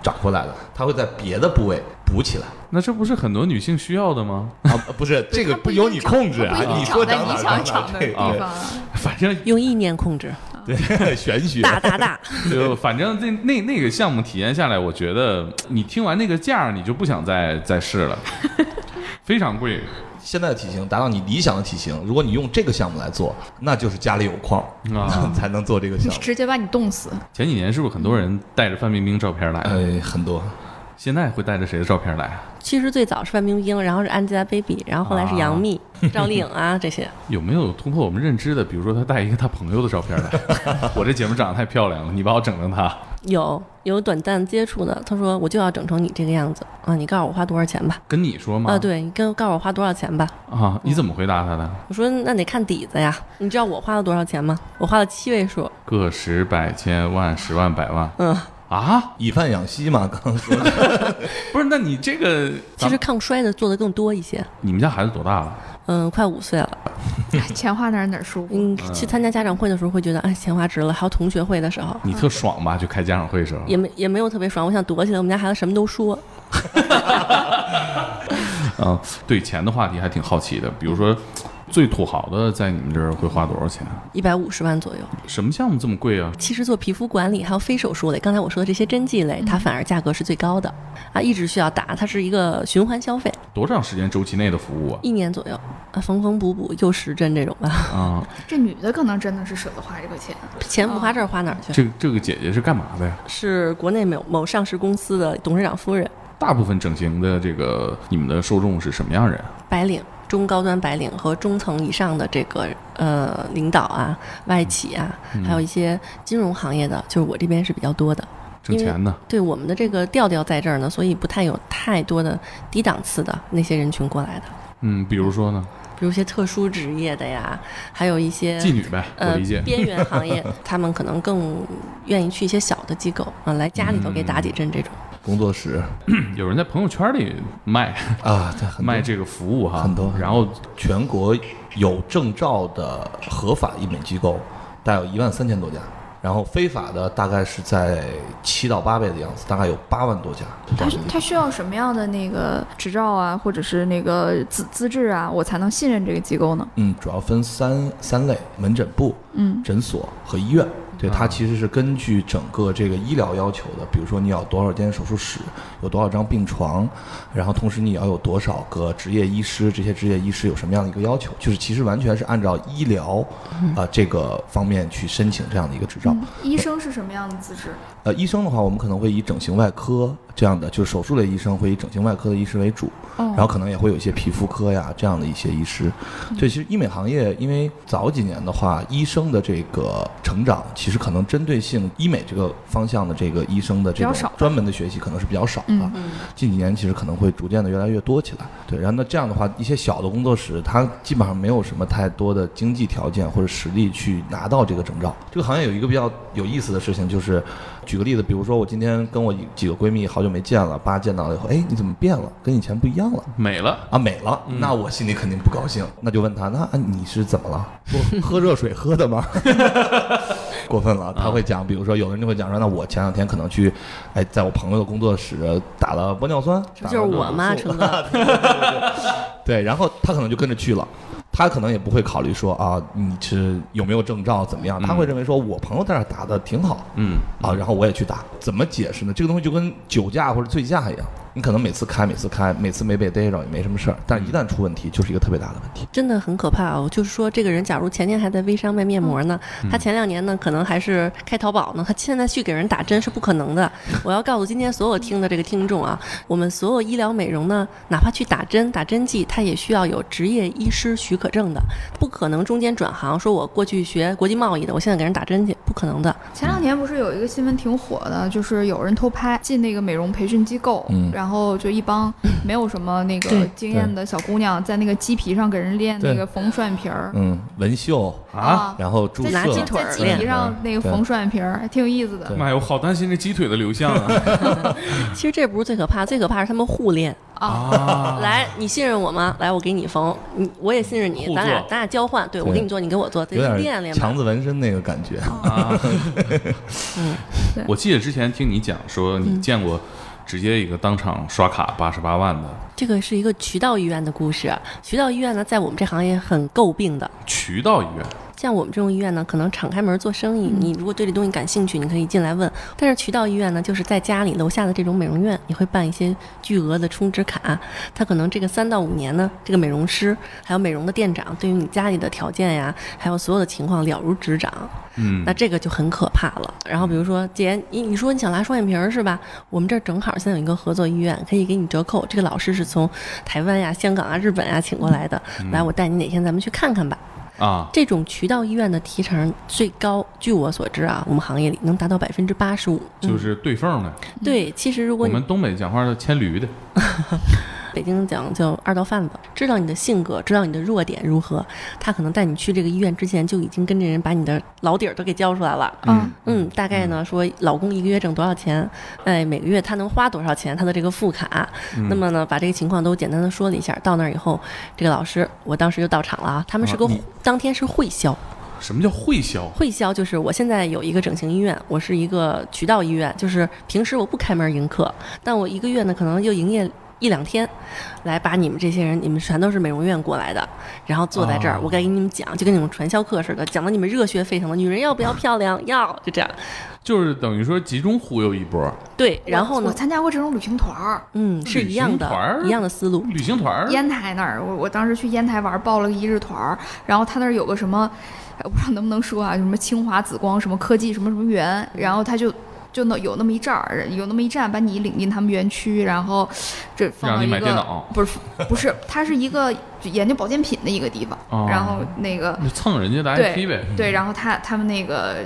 Speaker 6: 长回来的。它会在别的部位补起来
Speaker 3: 那这不是很多女性需要的吗？ <laughs>
Speaker 6: 啊， <laughs> 不是这个
Speaker 4: 它不一定
Speaker 6: 由你控制
Speaker 4: 它
Speaker 6: 啊
Speaker 4: 不一，定
Speaker 6: 你说
Speaker 4: 长
Speaker 6: 长哪
Speaker 4: 在
Speaker 6: 儿
Speaker 4: 你
Speaker 6: 长
Speaker 4: 想
Speaker 6: 哪儿
Speaker 4: 长的
Speaker 6: 这
Speaker 4: 地
Speaker 6: 个
Speaker 4: 方啊，
Speaker 3: 反正
Speaker 2: 用意念控制，
Speaker 4: <laughs>
Speaker 6: 对玄学。
Speaker 2: 大
Speaker 3: <laughs>
Speaker 2: 大大，
Speaker 3: 就反正那那那个项目体验下来，我觉得你听完那个价儿，你就不想再再试
Speaker 2: <laughs>
Speaker 3: 了，非常贵。
Speaker 6: 现在的体型达到你理想的体型，如果你用这个项目来做，那就是家里有矿
Speaker 3: 啊
Speaker 6: <laughs> 才能做这个
Speaker 4: 你 <laughs>
Speaker 6: 项目。
Speaker 4: 直接把你冻死。
Speaker 3: 前几年是不是很多人带着范冰冰照片来？
Speaker 4: 哎
Speaker 6: 呃，很多
Speaker 3: 现在会带着谁的照片来啊？
Speaker 2: 其实最早是范冰冰，然后是 Angelababy，然后后来是杨幂、赵丽颖啊这些。
Speaker 3: 有没有突破我们认知的？比如说，他带一个他朋友的照片来， <laughs> 我这姐们长得太漂亮了，你把我整成她。
Speaker 2: 有有短暂接触的，他说我就要整成你这个样子啊！你告诉我花多少钱吧？
Speaker 3: 跟你说吗？
Speaker 2: 啊，对，你跟告诉我花多少钱吧？
Speaker 3: 啊，你怎么回答他的？
Speaker 2: 我说那得看底子呀。你知道我花了多少钱吗？我花了七位数，
Speaker 3: 个十百千万十万百万
Speaker 2: 嗯，
Speaker 3: 啊？
Speaker 6: <laughs> 以贩养吸嘛，刚刚说的
Speaker 3: 不是，那你这个
Speaker 2: 其
Speaker 3: 咱
Speaker 2: 实
Speaker 3: 们
Speaker 2: 抗衰的做的更多一些。
Speaker 3: 你们家孩子多大了？
Speaker 2: 嗯，快五岁了。
Speaker 6: 嗯
Speaker 4: 哎 <laughs> 钱花哪儿哪儿舒服。
Speaker 2: 嗯，去参加家长会的时候会觉得，哎，钱花值了。还有同学会的时候，
Speaker 3: 你特爽吧？就开家长会的时候，
Speaker 2: 也没也没有特别爽。我想躲起来，我们家孩子什么都说。
Speaker 3: 啊，对钱的话题还挺好奇的。比如说，最土豪的在你们这儿会花多少钱？
Speaker 2: 一百五十万左右。
Speaker 3: 什么项目这么贵啊？
Speaker 2: 其实做皮肤管理还有非手术类，刚才我说的这些针剂类，它反而价格是最高的啊，一直需要打，它是一个循环消费，
Speaker 3: 多长时间周期内的服
Speaker 6: <laughs>
Speaker 3: 务啊？
Speaker 2: 一年左右啊，缝缝补补又十针这种吧，
Speaker 3: 啊，
Speaker 4: 这女的可能真的是舍得花这个钱。
Speaker 2: <laughs> 钱不花这儿花哪儿去？
Speaker 3: 这这个姐姐是干嘛的呀？
Speaker 2: 是国内某某上市公司的董事长夫人，
Speaker 3: 大部分整形的这个你们的受众是什么样人啊？
Speaker 2: 白领、中高端白领和中层以上的这个呃领导啊、外企啊，
Speaker 3: 嗯
Speaker 2: 还有一些金融行业的，就是我这边是比较多的。
Speaker 3: 挣钱呢？
Speaker 2: 对我们的这个调调在这儿呢，所以不太有太多的低档次的那些人群过来的。
Speaker 3: 嗯，比如说呢，
Speaker 2: 比如一些特殊职业的呀，还有一些
Speaker 3: 妓女呗，我
Speaker 2: 呃
Speaker 3: 理解。
Speaker 2: 边缘行
Speaker 3: <laughs>
Speaker 2: 业，他们可能更愿意去一些小的机构啊，来家里头给打几针这种。
Speaker 6: 工作室
Speaker 3: 有人在朋友圈里卖
Speaker 6: 啊，对，很多
Speaker 3: 卖这个服务哈，
Speaker 6: 很多
Speaker 3: 然后
Speaker 6: 全国有证照的合法医美机构，大概有一万三千多家，然后非法的大概是在七到八倍的样子，大概有八万多家。
Speaker 4: 她是她需要什么样的那个执照啊，或者是那个资资质啊，我才能信任这个机构呢？
Speaker 6: 嗯，主要分三三类：门诊部、
Speaker 4: 嗯
Speaker 6: 诊所和医院。对，它其实是根据整个这个医疗要求的，比如说你要多少间手术室，有多少张病床，然后同时你要有多少个执业医师，这些执业医师有什么样的一个要求，就是其实完全是按照医疗啊、这个方面去申请这样的一个执照。
Speaker 4: 医生是什么样的资质？
Speaker 6: 呃，医生的话，我们可能会以整形外科这样的，就是手术类医生会以整形外科的医师为主，
Speaker 4: 哦
Speaker 6: 然后可能也会有一些皮肤科呀这样的一些医师。
Speaker 4: 嗯
Speaker 6: 所以其实医美行业，因为早几年的话，医生的这个成长，其实可能针对性医美这个方向的这个医生的这
Speaker 4: 比较
Speaker 6: 种
Speaker 4: 少吧
Speaker 6: 专门的学习可能是比较少的。啊
Speaker 4: 嗯
Speaker 6: 近几年其实可能会逐渐的越来越多起来。对，然后那这样的话，一些小的工作室，它基本上没有什么太多的经济条件或者实力去拿到这个证照。这个行业有一个比较有意思的事情，就是举个例子，比如说我今天跟我几个闺蜜好久没见了，八见到了以后，哎，你怎么变了？跟以前不一样了。
Speaker 3: 美了，
Speaker 6: 啊，美了，那我心里肯定不高兴，那就问他，那啊你是怎么了？ <laughs> 我喝热水喝的吗？ <laughs> 过分了，他会讲，比如说有的人就会讲说，那我前两天可能去，哎，在我朋友的工作室打了玻尿酸，
Speaker 2: 这
Speaker 6: 打
Speaker 2: 不
Speaker 6: 了
Speaker 2: 就是
Speaker 6: 那
Speaker 2: 我
Speaker 6: 种
Speaker 2: 吗？
Speaker 6: 素
Speaker 3: <laughs>
Speaker 2: 陈哥，
Speaker 6: 对，然后他可能就跟着去了，他可能也不会考虑说啊，你是有没有证照怎么样，他会认为说我朋友在那儿打的挺好，
Speaker 3: 嗯，
Speaker 6: 啊，然后我也去打，怎么解释呢？这个东西就跟酒驾或者醉驾一样，你可能每次开，每次开，每次没被逮着也没什么事儿，但是一旦出问题，就是一个特别大的问题。
Speaker 2: 真的很可怕哦。就是说，这个人假如前年还在微商卖面膜呢，他前两年呢可能还是开淘宝呢，他现在去给人打针是不可能的。我要告诉今天所有听的这个听众啊，我们所有医疗美容呢，哪怕去打针打针剂，它也需要有执业医师许可证的，不可能中间转行，说我过去学国际贸易的，我现在给人打针去，不可能的。
Speaker 4: 前两天不是有一个新闻挺火的，就是有人偷拍进那个美容培训机构，
Speaker 6: 嗯
Speaker 4: 然后就一帮没有什么那个
Speaker 2: 对
Speaker 4: 经验的小姑娘在那个鸡皮上给人练那个缝涮皮儿
Speaker 6: 嗯，纹绣，
Speaker 4: 啊，
Speaker 6: 然后注
Speaker 4: 在
Speaker 6: 射，
Speaker 2: 拿鸡
Speaker 4: 鸡
Speaker 2: 腿
Speaker 4: 在
Speaker 2: 儿
Speaker 4: 鸡皮上那个
Speaker 6: 对
Speaker 4: 缝涮皮儿，还挺有意思的
Speaker 6: 对
Speaker 3: 妈呀，我好担心这鸡腿的流向
Speaker 6: <laughs>
Speaker 3: 啊！
Speaker 2: 其实这不是最可怕，最可怕是他们互练。
Speaker 4: 啊。
Speaker 2: 来，你信任我吗？来，我给你缝，你我也信任你
Speaker 3: 互，
Speaker 2: 咱俩
Speaker 3: 做
Speaker 2: 咱俩交换，对我
Speaker 6: 对
Speaker 2: 给你做，你给我做，得
Speaker 6: 有
Speaker 2: 练
Speaker 6: 点
Speaker 2: 练吧哦
Speaker 6: 强。子纹身那个感觉。
Speaker 3: 我记得之前听你讲说，
Speaker 6: 嗯
Speaker 3: 你见过直接一个当场刷卡八十八万的
Speaker 2: 这个是一个渠道医院的故事。渠道医院呢，在我们这行业很诟病的。
Speaker 3: 渠道医院，
Speaker 2: 像我们这种医院呢，可能敞开门做生意，你如果对这东西感兴趣，你可以进来问。但是渠道医院呢，就是在家里楼下的这种美容院，你会办一些巨额的充值卡。他可能这个三到五年呢，这个美容师还有美容的店长，对于你家里的条件呀，还有所有的情况了如指掌。
Speaker 3: 嗯
Speaker 2: 那这个就很可怕了。然后比如说，既然你你说你想拉双眼皮儿是吧？我们这儿正好现在有一个合作医院，可以给你折扣。这个老师是从台湾呀、香港啊、日本啊请过来的，
Speaker 3: 嗯
Speaker 2: 来，我带你哪天咱们去看看吧。
Speaker 3: 啊，
Speaker 2: 这种渠道医院的提成最高，据我所知啊，我们行业里能达到百分之八十五。嗯
Speaker 3: 就是对缝的，
Speaker 2: 对，其实如
Speaker 3: 我
Speaker 2: 果你
Speaker 3: 们东北讲话叫牵驴的，
Speaker 2: 北京讲叫二道贩子，知道你的性格，知道你的弱点如何，他可能带你去这个医院之前就已经跟这人把你的老底儿都给交出来了。
Speaker 4: 嗯，
Speaker 2: 嗯，大概呢说老公一个月挣多少钱，哎，每个月他能花多少钱，他的这个副卡。
Speaker 3: 嗯
Speaker 2: 那么呢，把这个情况都简单的说了一下。到那儿以后，这个老师，我当时就到场了啊。他们是个、
Speaker 3: 啊你
Speaker 2: 当天是会销，
Speaker 3: 什么叫会销？
Speaker 2: 会销就是我现在有一个整形医院，我是一个渠道医院，就是平时我不开门迎客，但我一个月呢可能就营业一两天，来把你们这些人，你们全都是美容院过来的，然后坐在这儿，我该给你们讲，就跟那种传销课似的，讲的你们热血沸腾的，女人要不要漂亮？要，就这样。
Speaker 3: 就是等于说集中忽悠一波，
Speaker 2: 对，然后
Speaker 4: 我
Speaker 2: 呢，
Speaker 4: 参加过这种旅行团儿，
Speaker 2: 嗯，是一样
Speaker 3: 旅行团儿
Speaker 2: 的，一样的思路。
Speaker 3: 旅行团儿
Speaker 4: 烟台那儿，我我当时去烟台玩，报了个一日团儿，然后他那儿有个什么，哎我不知道能不能说啊，什么清华紫光什么科技什么什么
Speaker 3: 嗯
Speaker 4: 园，然后他就。就那有那么一站儿，有那么一站把你领进他们园区，然后这放到
Speaker 3: 让你
Speaker 4: 一
Speaker 3: 买
Speaker 4: 个
Speaker 3: 电脑
Speaker 4: 不是不是，它是一个就研究保健品的一个地方，
Speaker 3: 哦
Speaker 4: 然后那个
Speaker 3: 就蹭人家的
Speaker 4: 对
Speaker 3: IP 呗，
Speaker 4: 对，然后他他们那个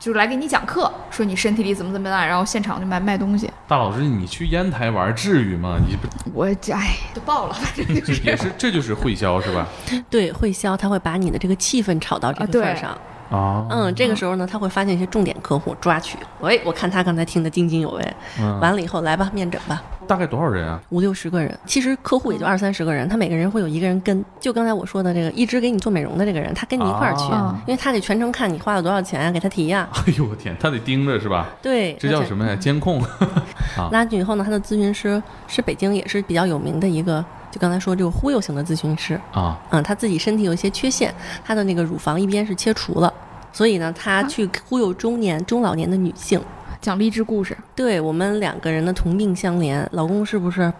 Speaker 4: 就是来给你讲课，说你身体里怎么怎么样，然后现场就卖卖东西，
Speaker 3: 大老师，你去烟台玩至于吗？你不
Speaker 4: 我这哎都爆了，反正就
Speaker 3: 这
Speaker 4: 是
Speaker 3: 也是这就是会销是吧？
Speaker 2: 对，会销他会把你的这个气氛炒到这
Speaker 4: 啊
Speaker 2: 个
Speaker 4: 对
Speaker 2: 份儿上。
Speaker 3: 啊，
Speaker 2: 嗯，这个时候呢，他会发现一些重点客户抓取。喂，我看他刚才听得津津有味，
Speaker 3: 嗯
Speaker 2: 完了以后来吧，面诊吧。
Speaker 3: 大概多少人啊？ <laughs>
Speaker 2: 五六十个人，其实客户也就
Speaker 4: 嗯
Speaker 2: 二三十个人，他每个人会有一个人跟。就刚才我说的这个，一直给你做美容的这个人，他跟你一块儿
Speaker 3: 嗯
Speaker 2: 去，
Speaker 4: 啊
Speaker 2: 因为他得全程看你花了多少钱啊呀、给他
Speaker 3: <laughs>
Speaker 2: 提呀、
Speaker 3: 哎呦我天，他得盯着是吧？
Speaker 2: 对，
Speaker 3: 这叫什么呀？监控啊
Speaker 2: 拉进去以后呢，他的咨询师是北京也是比较有名的一个，就刚才说这个忽悠型的咨询师。
Speaker 3: 啊！
Speaker 2: 嗯，他自己身体有一些缺陷，他的那个乳房一边是切除了。所以呢，他去忽悠中年、中老年的女性。
Speaker 4: 讲励志故事，
Speaker 2: 对我们两个人的同病相怜，老公是不是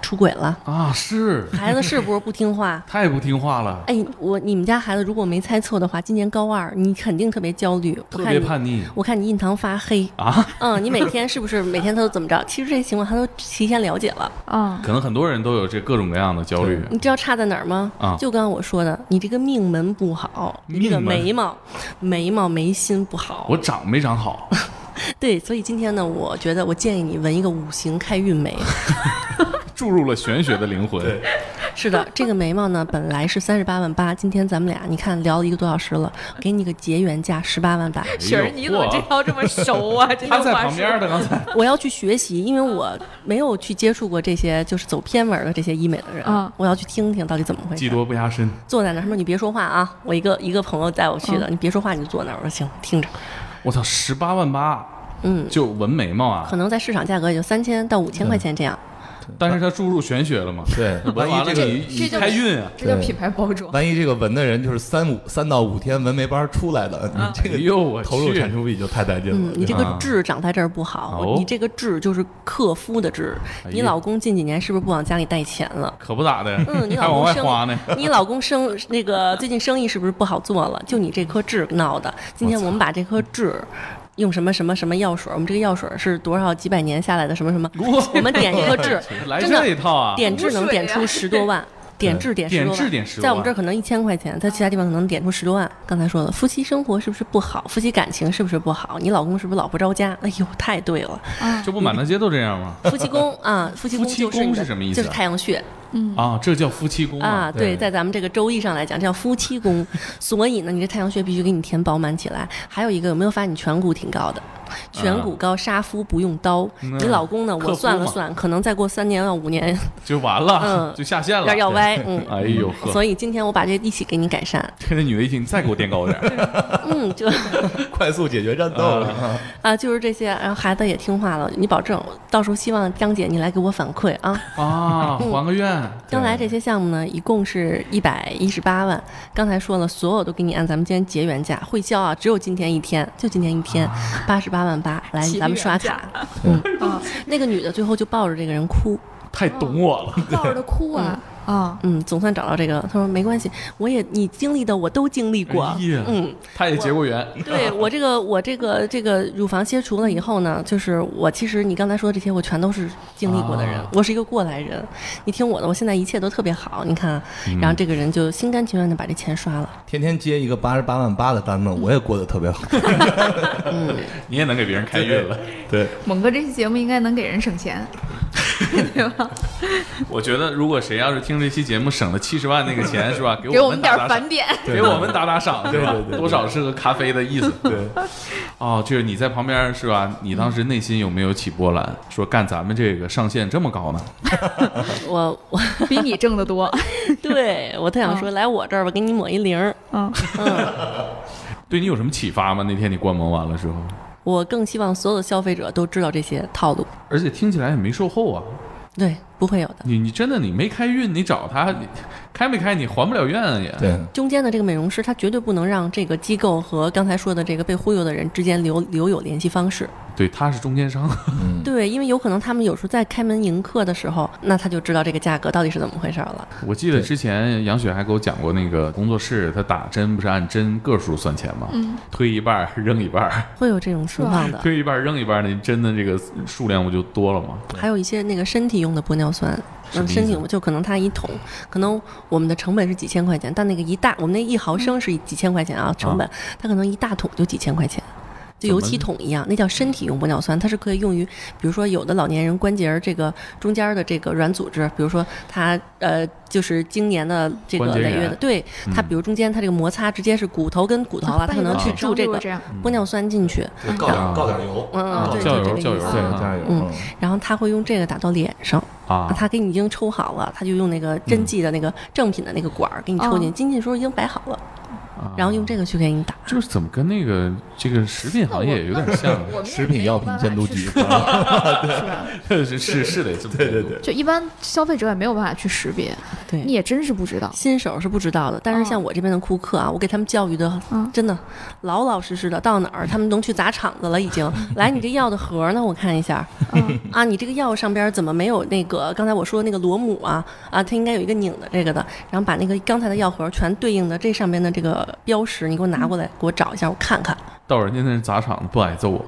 Speaker 2: 出轨了？
Speaker 3: 啊，是？
Speaker 2: 孩子是不是不听话
Speaker 3: 太不听话了，
Speaker 2: <laughs> 哎，我你们家孩子，如果我没猜错的话，今年高二，你肯定特别焦虑。我
Speaker 3: 特
Speaker 2: 看
Speaker 3: 别
Speaker 2: 你，
Speaker 3: 叛逆
Speaker 2: 我看你印堂发黑。 <laughs>
Speaker 3: 啊！
Speaker 2: 嗯，你每天是不是每天他都怎么着？其实这些情况他都提前了解了。
Speaker 4: 啊，
Speaker 3: 可能很多人都有这各种各样的焦虑，
Speaker 2: 你知道差在哪儿吗？
Speaker 3: 啊
Speaker 2: 就刚刚我说的，你这个命门不好，你这个
Speaker 3: 命门
Speaker 2: 眉毛、眉毛眉心不好。
Speaker 3: 我长没长好，
Speaker 2: 对，所以今天呢，我觉得我建议你纹一个五行开运眉。
Speaker 3: 注入了玄学的灵魂。
Speaker 2: 是的，这个眉毛呢，本来是三十八万八，今天咱们俩你看聊了一个多小时了，给你个结缘价十八万八。
Speaker 7: 雪儿，你怎么这条这么熟
Speaker 3: <laughs>
Speaker 7: 啊？这
Speaker 3: 哎他
Speaker 7: 套
Speaker 3: 在
Speaker 7: 话
Speaker 3: 旁边
Speaker 7: 术，
Speaker 3: 的，刚才
Speaker 2: 我要去学习，因为我没有去接触过这些就是走偏门的这些医美的人，
Speaker 4: 啊
Speaker 2: 我要去听听到底怎么回
Speaker 3: 技
Speaker 2: 事。
Speaker 3: 多不压身，
Speaker 2: 坐在那儿，他说你别说话啊，我一个一个朋友带我去的，你别说话，你就坐那儿。我说行，听着。
Speaker 3: 我操，十八万八，
Speaker 2: 嗯，
Speaker 3: 就纹眉毛啊
Speaker 2: 可！能在市场价格也就三千到五千块钱这样。
Speaker 3: 但是他注入玄学了嘛？
Speaker 6: <laughs> 对
Speaker 3: 纹
Speaker 6: 万一
Speaker 3: 完了
Speaker 6: 这个
Speaker 3: 你
Speaker 4: 这
Speaker 3: 你
Speaker 4: 就
Speaker 3: 开运啊！
Speaker 4: 这叫
Speaker 6: 对
Speaker 4: 品牌包装。
Speaker 6: 万一这个纹的人就是三五三到五天纹眉班出来的，你这
Speaker 3: 哎
Speaker 6: 个
Speaker 3: 呦我
Speaker 6: 投入
Speaker 3: 去
Speaker 6: 产出比就太带劲
Speaker 2: 啊嗯
Speaker 6: 了，。
Speaker 2: 你这个
Speaker 3: 啊
Speaker 2: 痣长在这儿不好，
Speaker 3: 哦
Speaker 2: 你这个痣就是克夫的痣。
Speaker 3: 哎
Speaker 2: 你
Speaker 3: 呀
Speaker 2: 老公近几年是不是不往家里带钱了？
Speaker 3: 可不咋的，
Speaker 2: 嗯，你
Speaker 3: 还
Speaker 2: 老
Speaker 3: 往
Speaker 2: 公
Speaker 3: 外
Speaker 2: 生
Speaker 3: 花呢。
Speaker 2: 你老公生 <laughs> 那个最近生意是不是不好做了？就你这颗痣闹的。今天我们把这颗痣。用什么什么什么药水儿？我们这个药水儿是多少几百年下来的什么什么？我们点一颗痣，
Speaker 3: 来
Speaker 2: 真的
Speaker 3: 这一套 <laughs> 啊！
Speaker 2: 点痣能
Speaker 4: 水
Speaker 2: 点
Speaker 4: 呀
Speaker 2: 出十多万，点痣点十多万，
Speaker 3: 点痣点十多万
Speaker 2: 在我们这儿可能一千块钱，在其他地方可能点出十多万。刚才说了，夫妻生活是不是不好？夫妻感情是不是不好？你老公是不是老不着家？哎呦，太对了，
Speaker 4: 啊
Speaker 3: 这不满大街都这样吗？
Speaker 2: <laughs> 夫妻宫啊，夫妻宫
Speaker 3: 夫妻
Speaker 2: 就是你
Speaker 3: 宫
Speaker 2: 的
Speaker 3: 是什么意思
Speaker 2: 就是
Speaker 3: 啊
Speaker 2: 太阳穴
Speaker 3: 啊，这叫夫妻宫
Speaker 2: 嗯啊，
Speaker 3: 啊！
Speaker 2: 对，在咱们这个周易上来讲，叫夫妻
Speaker 3: <laughs>
Speaker 2: 宫。所以呢，你这太阳穴必须给你填饱满起来。还有一个，有没有发现你颧骨挺高的？颧骨高，杀夫不用刀。
Speaker 3: 嗯
Speaker 2: 你老公呢？
Speaker 3: 克夫
Speaker 2: 我算了
Speaker 3: 嘛
Speaker 2: 算，可能再过三年到五
Speaker 3: <laughs>
Speaker 2: 年
Speaker 3: 就完了，
Speaker 2: 嗯
Speaker 3: 就下线
Speaker 2: 有
Speaker 3: 了
Speaker 2: 点。要歪，嗯。
Speaker 3: 哎呦呵，
Speaker 2: <laughs> 所以今天我把这一起给你
Speaker 3: <laughs>
Speaker 2: 改善，
Speaker 3: 这女的一听，再给我垫高点
Speaker 2: <laughs>
Speaker 3: 儿。
Speaker 2: 嗯，就
Speaker 6: <laughs> 快速解决战斗了，
Speaker 2: 啊，就是这些，然后孩子也听话了，你保证，到时候希望张姐你来给我反馈啊。
Speaker 3: 啊，
Speaker 2: 嗯
Speaker 3: 还个愿。
Speaker 2: 将来这些项目呢，一共是一百一十八万。刚才说了，所有都给你按咱们今天结缘价，会销啊，只有今天一天，就今天一天，
Speaker 3: 啊
Speaker 2: 八十八万八，来
Speaker 7: 起
Speaker 2: 咱
Speaker 7: 源
Speaker 2: 们
Speaker 4: 啊
Speaker 2: 刷
Speaker 7: 价
Speaker 2: 卡。嗯，
Speaker 4: <laughs>
Speaker 2: 那个女的最后就抱着这个人哭，
Speaker 3: 太懂我了，
Speaker 4: 抱着哭啊啊！
Speaker 2: 嗯，总算找到这个。她说没关系，我也你经历的我都经历过
Speaker 3: 哎呀， <laughs>
Speaker 2: 嗯，
Speaker 3: 她也结过缘。
Speaker 2: 对我这个我这个这个乳房切除了以后呢，就是我其实你刚才说的这些，我全都是经历过的人，
Speaker 3: 啊
Speaker 2: 我是一个过来人。你听我的，我现在一切都特别好，你看啊，
Speaker 3: 嗯
Speaker 2: 然后这个人就心甘情愿的把这钱刷了。
Speaker 6: 天天接一个八十八万八的单子，我也过得特别好。
Speaker 2: 嗯
Speaker 3: <laughs> 你也能给别人开运了。
Speaker 6: 对，
Speaker 4: 猛哥这期节目应该能给人省
Speaker 3: <laughs>
Speaker 4: 钱，
Speaker 3: 我觉得如果谁要是听这期节目省了七十万那个钱，
Speaker 4: <laughs>
Speaker 3: 是吧？给
Speaker 4: 给
Speaker 3: 我
Speaker 4: 我
Speaker 3: 们
Speaker 4: 们
Speaker 3: 打
Speaker 4: 点
Speaker 3: 打
Speaker 4: 儿
Speaker 3: 赏
Speaker 4: 返，点。
Speaker 3: 给我们打打赏，对吧
Speaker 6: 对对对？对
Speaker 3: 多少是个咖啡的意思。
Speaker 6: 对，
Speaker 3: <laughs> 哦，就是你在旁边是吧？你当时内心有没有起波澜？说干咱们这个上限这么高呢？
Speaker 2: 我我
Speaker 4: 比你挣得多。
Speaker 2: 对我特想说，来我这儿吧，给你抹一零儿。
Speaker 4: 嗯，
Speaker 3: 对你有什么启发吗？那天你观摩完了之后，
Speaker 2: 我更希望所有的消费者都知道这些套路，
Speaker 3: 而且听起来也没售后啊。
Speaker 2: 对，不会有的。
Speaker 3: 你你真的你没开运，你找他你开没开？你还不了愿啊也。
Speaker 6: 对，
Speaker 2: 中间的这个美容师，他绝对不能让这个机构和刚才说的这个被忽悠的人之间留留有联系方式。
Speaker 3: 对，他是中间商， <laughs>
Speaker 2: 对，因为有可能他们有时候在开门迎客的时候，那他就知道这个价格到底是怎么回事儿了。
Speaker 3: 我记得之前杨雪还给我讲过，那个工作室他打针不是按针个数算钱吗？
Speaker 4: 嗯
Speaker 3: 推一半儿扔一半儿，
Speaker 2: 会有这种情况的。
Speaker 3: <laughs> 推一半儿扔一半儿，那针的这个数量不就多了吗？
Speaker 2: 还有一些那个身体用的玻尿酸，
Speaker 3: 什么
Speaker 2: 嗯，
Speaker 3: 意思
Speaker 2: 身体用就可能它一桶，可能我们的成本是几千块钱，但那个一大，我们那一毫升是几千块钱啊，成本，它可能一大桶就几千块钱。
Speaker 3: 怎么
Speaker 2: 就油漆桶一样，那叫身体用玻尿酸，它是可以用于，比如说有的老年人关节儿这个中间儿的这个软组织，比如说他呃就是经年的这个
Speaker 3: 关节
Speaker 2: 累月
Speaker 3: 炎
Speaker 2: 的，对他
Speaker 3: 嗯啊
Speaker 2: 比如中间他这个摩擦直接是骨头跟骨头了，他可能去注这个
Speaker 4: 这样，
Speaker 2: 玻尿酸进去，
Speaker 6: 告
Speaker 3: 点告
Speaker 6: 点油，
Speaker 2: 嗯，对，
Speaker 3: 酱
Speaker 2: 就
Speaker 3: 油
Speaker 2: 这
Speaker 3: 酱
Speaker 2: 个意
Speaker 3: 油
Speaker 2: 思
Speaker 6: 啊对。
Speaker 3: 嗯，
Speaker 6: 加油，
Speaker 2: 嗯然后他会用这个打到脸上，
Speaker 3: 啊，
Speaker 2: 他给你已经抽好了，他就用那个针剂的那个正品的那个管儿给你抽进去，
Speaker 4: 哦
Speaker 2: 进去的时候已经摆好了，
Speaker 3: 啊
Speaker 2: 然后用这个去给你打。
Speaker 3: 就是怎么跟那个这个食品行业有点像，啊
Speaker 4: 我们
Speaker 6: 食品药品监督局，
Speaker 3: <laughs>
Speaker 4: <laughs>
Speaker 3: 是是是得这么对对对，
Speaker 4: 就一般消费者也没有办法去识别。
Speaker 2: 对
Speaker 4: 你也真是不知道。
Speaker 2: 新手是不知道的，但是
Speaker 4: 哦
Speaker 2: 像我这边的顾客啊，我给他们教育的
Speaker 4: 嗯
Speaker 2: 真的老老实实的，到哪儿他们能去砸场子了已
Speaker 4: <laughs>
Speaker 2: 经。来，你这药的盒儿呢？我看一下
Speaker 4: 嗯，
Speaker 2: 啊，你这个药上边怎么没有那个刚才我说的那个螺母啊？啊，它应该有一个拧的这个的，然后把那个刚才的药盒全对应的这上边的这个标识，你给我
Speaker 4: 嗯
Speaker 2: 拿过来，给我找一下，我看看。
Speaker 3: 到人家那是砸场子，不挨揍啊？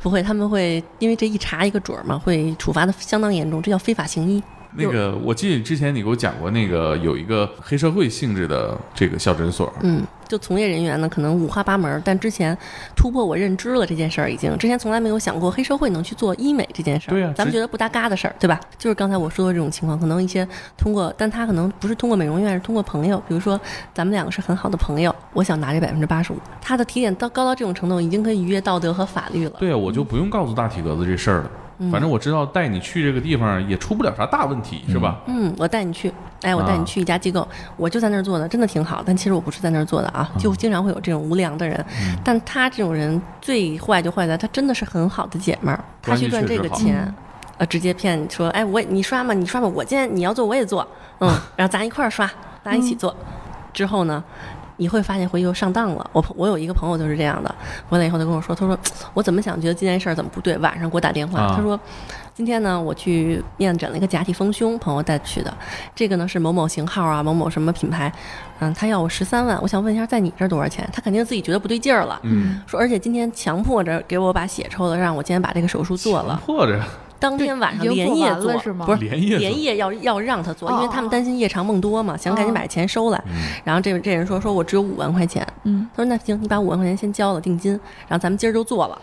Speaker 2: 不会，他们会因为这一查一个准儿嘛，会处罚的相当严重，这叫非法行医。
Speaker 3: 那个，我记得之前你给我讲过，那个有一个黑社会性质的这个小诊所，
Speaker 2: 嗯，就从业人员呢，可能五花八门儿，但之前突破我认知了这件事儿，已经之前从来没有想过黑社会能去做医美这件事儿。
Speaker 3: 对啊
Speaker 2: 咱们
Speaker 3: 直
Speaker 2: 觉得不搭嘎的事儿，对吧？就是刚才我说的这种情况，可能一些通过，但他可能不是通过美容院，是通过朋友。比如说，咱们两个是很好的朋友，我想拿这百分之八十五，他的体检到高到这种程度，已经可以逾越道德和法律了。
Speaker 3: 对啊，我就不用告诉大体格子这事儿了。
Speaker 2: 嗯
Speaker 3: 反正我知道带你去这个地方也出不了啥大问题，是吧？
Speaker 2: 嗯，我带你去，哎，我带
Speaker 3: 啊
Speaker 2: 你去一家机构，我就在那儿做的，真的挺好。但其实我不是在那儿做的啊，就经常会有这种无良的人。
Speaker 3: 嗯
Speaker 2: 但他这种人最坏就坏在，他真的是很好的姐们儿，他
Speaker 3: 关系
Speaker 2: 去赚
Speaker 3: 确实
Speaker 2: 这个
Speaker 3: 好嗯
Speaker 2: 钱，呃，直接骗你说，哎，我也你刷嘛，你刷嘛，我今天你要做我也做，
Speaker 3: <laughs>
Speaker 2: 嗯，然后咱一块儿刷，咱一起做。之后呢，你会发现回去又上当了。我朋我有一个朋友就是这样的，回来以后他跟我说，他说我怎么想觉得这件事儿怎么不对，晚上给我打电话，
Speaker 3: 啊
Speaker 2: 他说今天呢我去面诊了一个假体丰胸，朋友带去的，这个呢是某某型号啊，某某什么品牌，嗯，他要我十三万，我想问一下在你这儿多少钱？他肯定自己觉得不对劲儿了，
Speaker 3: 嗯，
Speaker 2: 说而且今天强迫着给我把血抽了，让我今天把这个手术做了，
Speaker 3: 破着
Speaker 2: 当天晚上
Speaker 4: 已经
Speaker 2: 连
Speaker 4: 做
Speaker 2: 夜
Speaker 4: 完
Speaker 2: 做
Speaker 4: 了是吗
Speaker 2: 不是
Speaker 3: 连夜做
Speaker 2: 连夜要要让他做，
Speaker 4: 哦
Speaker 2: 因为他们担心夜长梦多嘛，想赶紧把钱收来。然后这这人说说我只有五万块钱，
Speaker 4: 嗯，
Speaker 2: 他说那行，你把五万块钱先交了定金，然后咱们今儿就做了。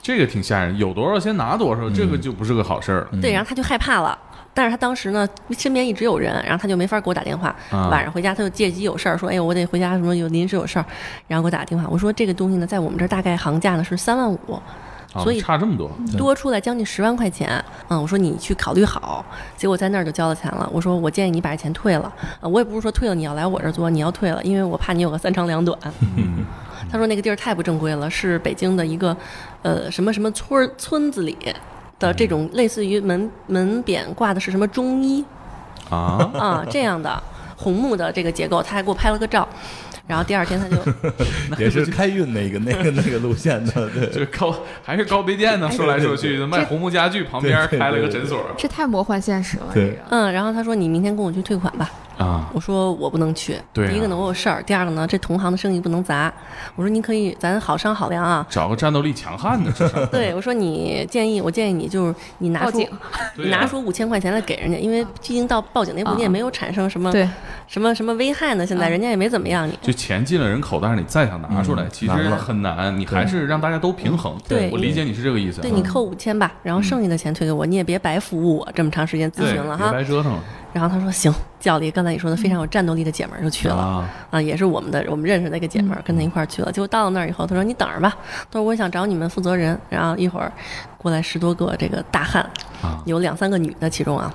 Speaker 3: 这个挺吓人，有多少先拿多
Speaker 2: 嗯
Speaker 3: 少，这个就不是个好事儿
Speaker 4: 嗯
Speaker 6: 嗯
Speaker 3: 了。
Speaker 2: 对，然 <laughs> 后他就害怕了。但是他当时呢，身边一直有人，然后他就没法给我打电话。
Speaker 3: 啊
Speaker 2: 晚上回家他就借机有事儿，说：“哎呦，我得回家，什么有临时有事儿。”然后给我打个电话。我说：“这个东西呢，在我们这儿大概行价呢是三万五，
Speaker 3: 啊
Speaker 2: 所以
Speaker 3: 差这么多，
Speaker 2: 多出来将近十万块钱，嗯，我说你去考虑好，结果在那儿就交了钱了。我说我建议你把钱退了，啊，我也不是说退了你要来我这儿做，你要退了，因为我怕你有个三长两短。
Speaker 3: 嗯
Speaker 2: 他说那个地儿太不正规了，是北京的一个，呃，什么什么村儿村子里的这种类似于门门匾挂的是什么中医
Speaker 3: <laughs> 啊，
Speaker 2: 啊这样的红木的这个结构，他还给我拍了个照，然后第二天他就
Speaker 6: 也是开运那个那 <laughs> 个那个路线
Speaker 2: <laughs>
Speaker 6: 的，对，
Speaker 3: 这高还是高碑店
Speaker 6: 哎
Speaker 3: 呢？说来说去，卖红木家具旁边
Speaker 6: 对对对
Speaker 3: 开了个诊所
Speaker 4: 这太魔幻现实了，这
Speaker 6: 对
Speaker 4: 个。
Speaker 2: 嗯，然后他说你明天跟我去退款吧。
Speaker 3: 啊，
Speaker 2: 我说我不能去，
Speaker 3: 对啊。
Speaker 2: 第一个呢我有事儿，第二个呢这同行的生意不能砸。我说您可以，咱好商好量
Speaker 3: <laughs>
Speaker 2: 啊
Speaker 3: 找个战斗力强悍的， <laughs> 至少
Speaker 2: 对，我说你建议，我建议你就是你拿
Speaker 4: 报
Speaker 2: 出
Speaker 4: 警
Speaker 2: 你
Speaker 3: 啊
Speaker 2: 拿出五千块钱来给人家，因为毕竟到报警那步你也
Speaker 4: 啊
Speaker 2: 没有产生什么、
Speaker 4: 对，啊
Speaker 2: 什么什么危害呢，现在人家也没怎么样你。
Speaker 3: 就钱进了人口，但是你再想拿出来，
Speaker 6: 嗯
Speaker 3: 其实
Speaker 6: 难了
Speaker 3: 很难，你还是让大家都平衡。
Speaker 2: 对
Speaker 3: 我理解你是这个意思啊。
Speaker 2: 对你扣五千吧，然后剩下的钱退给我，你也别白服务我这么长时间咨
Speaker 3: 对
Speaker 2: 询了
Speaker 3: 别
Speaker 2: 哈。
Speaker 3: 白折腾了
Speaker 2: 然后他说行，叫了一个刚才你说的非常有战斗力的姐们儿就去了。
Speaker 3: 啊！
Speaker 2: 啊，也是我们的我们认识的一个姐们儿，跟她一块儿去了。结果到了那儿以后，她说：“你等着吧。”她说：“我想找你们负责人。”然后一会儿过来十多个这个大汉，
Speaker 3: 啊
Speaker 2: 有两三个女的其中啊，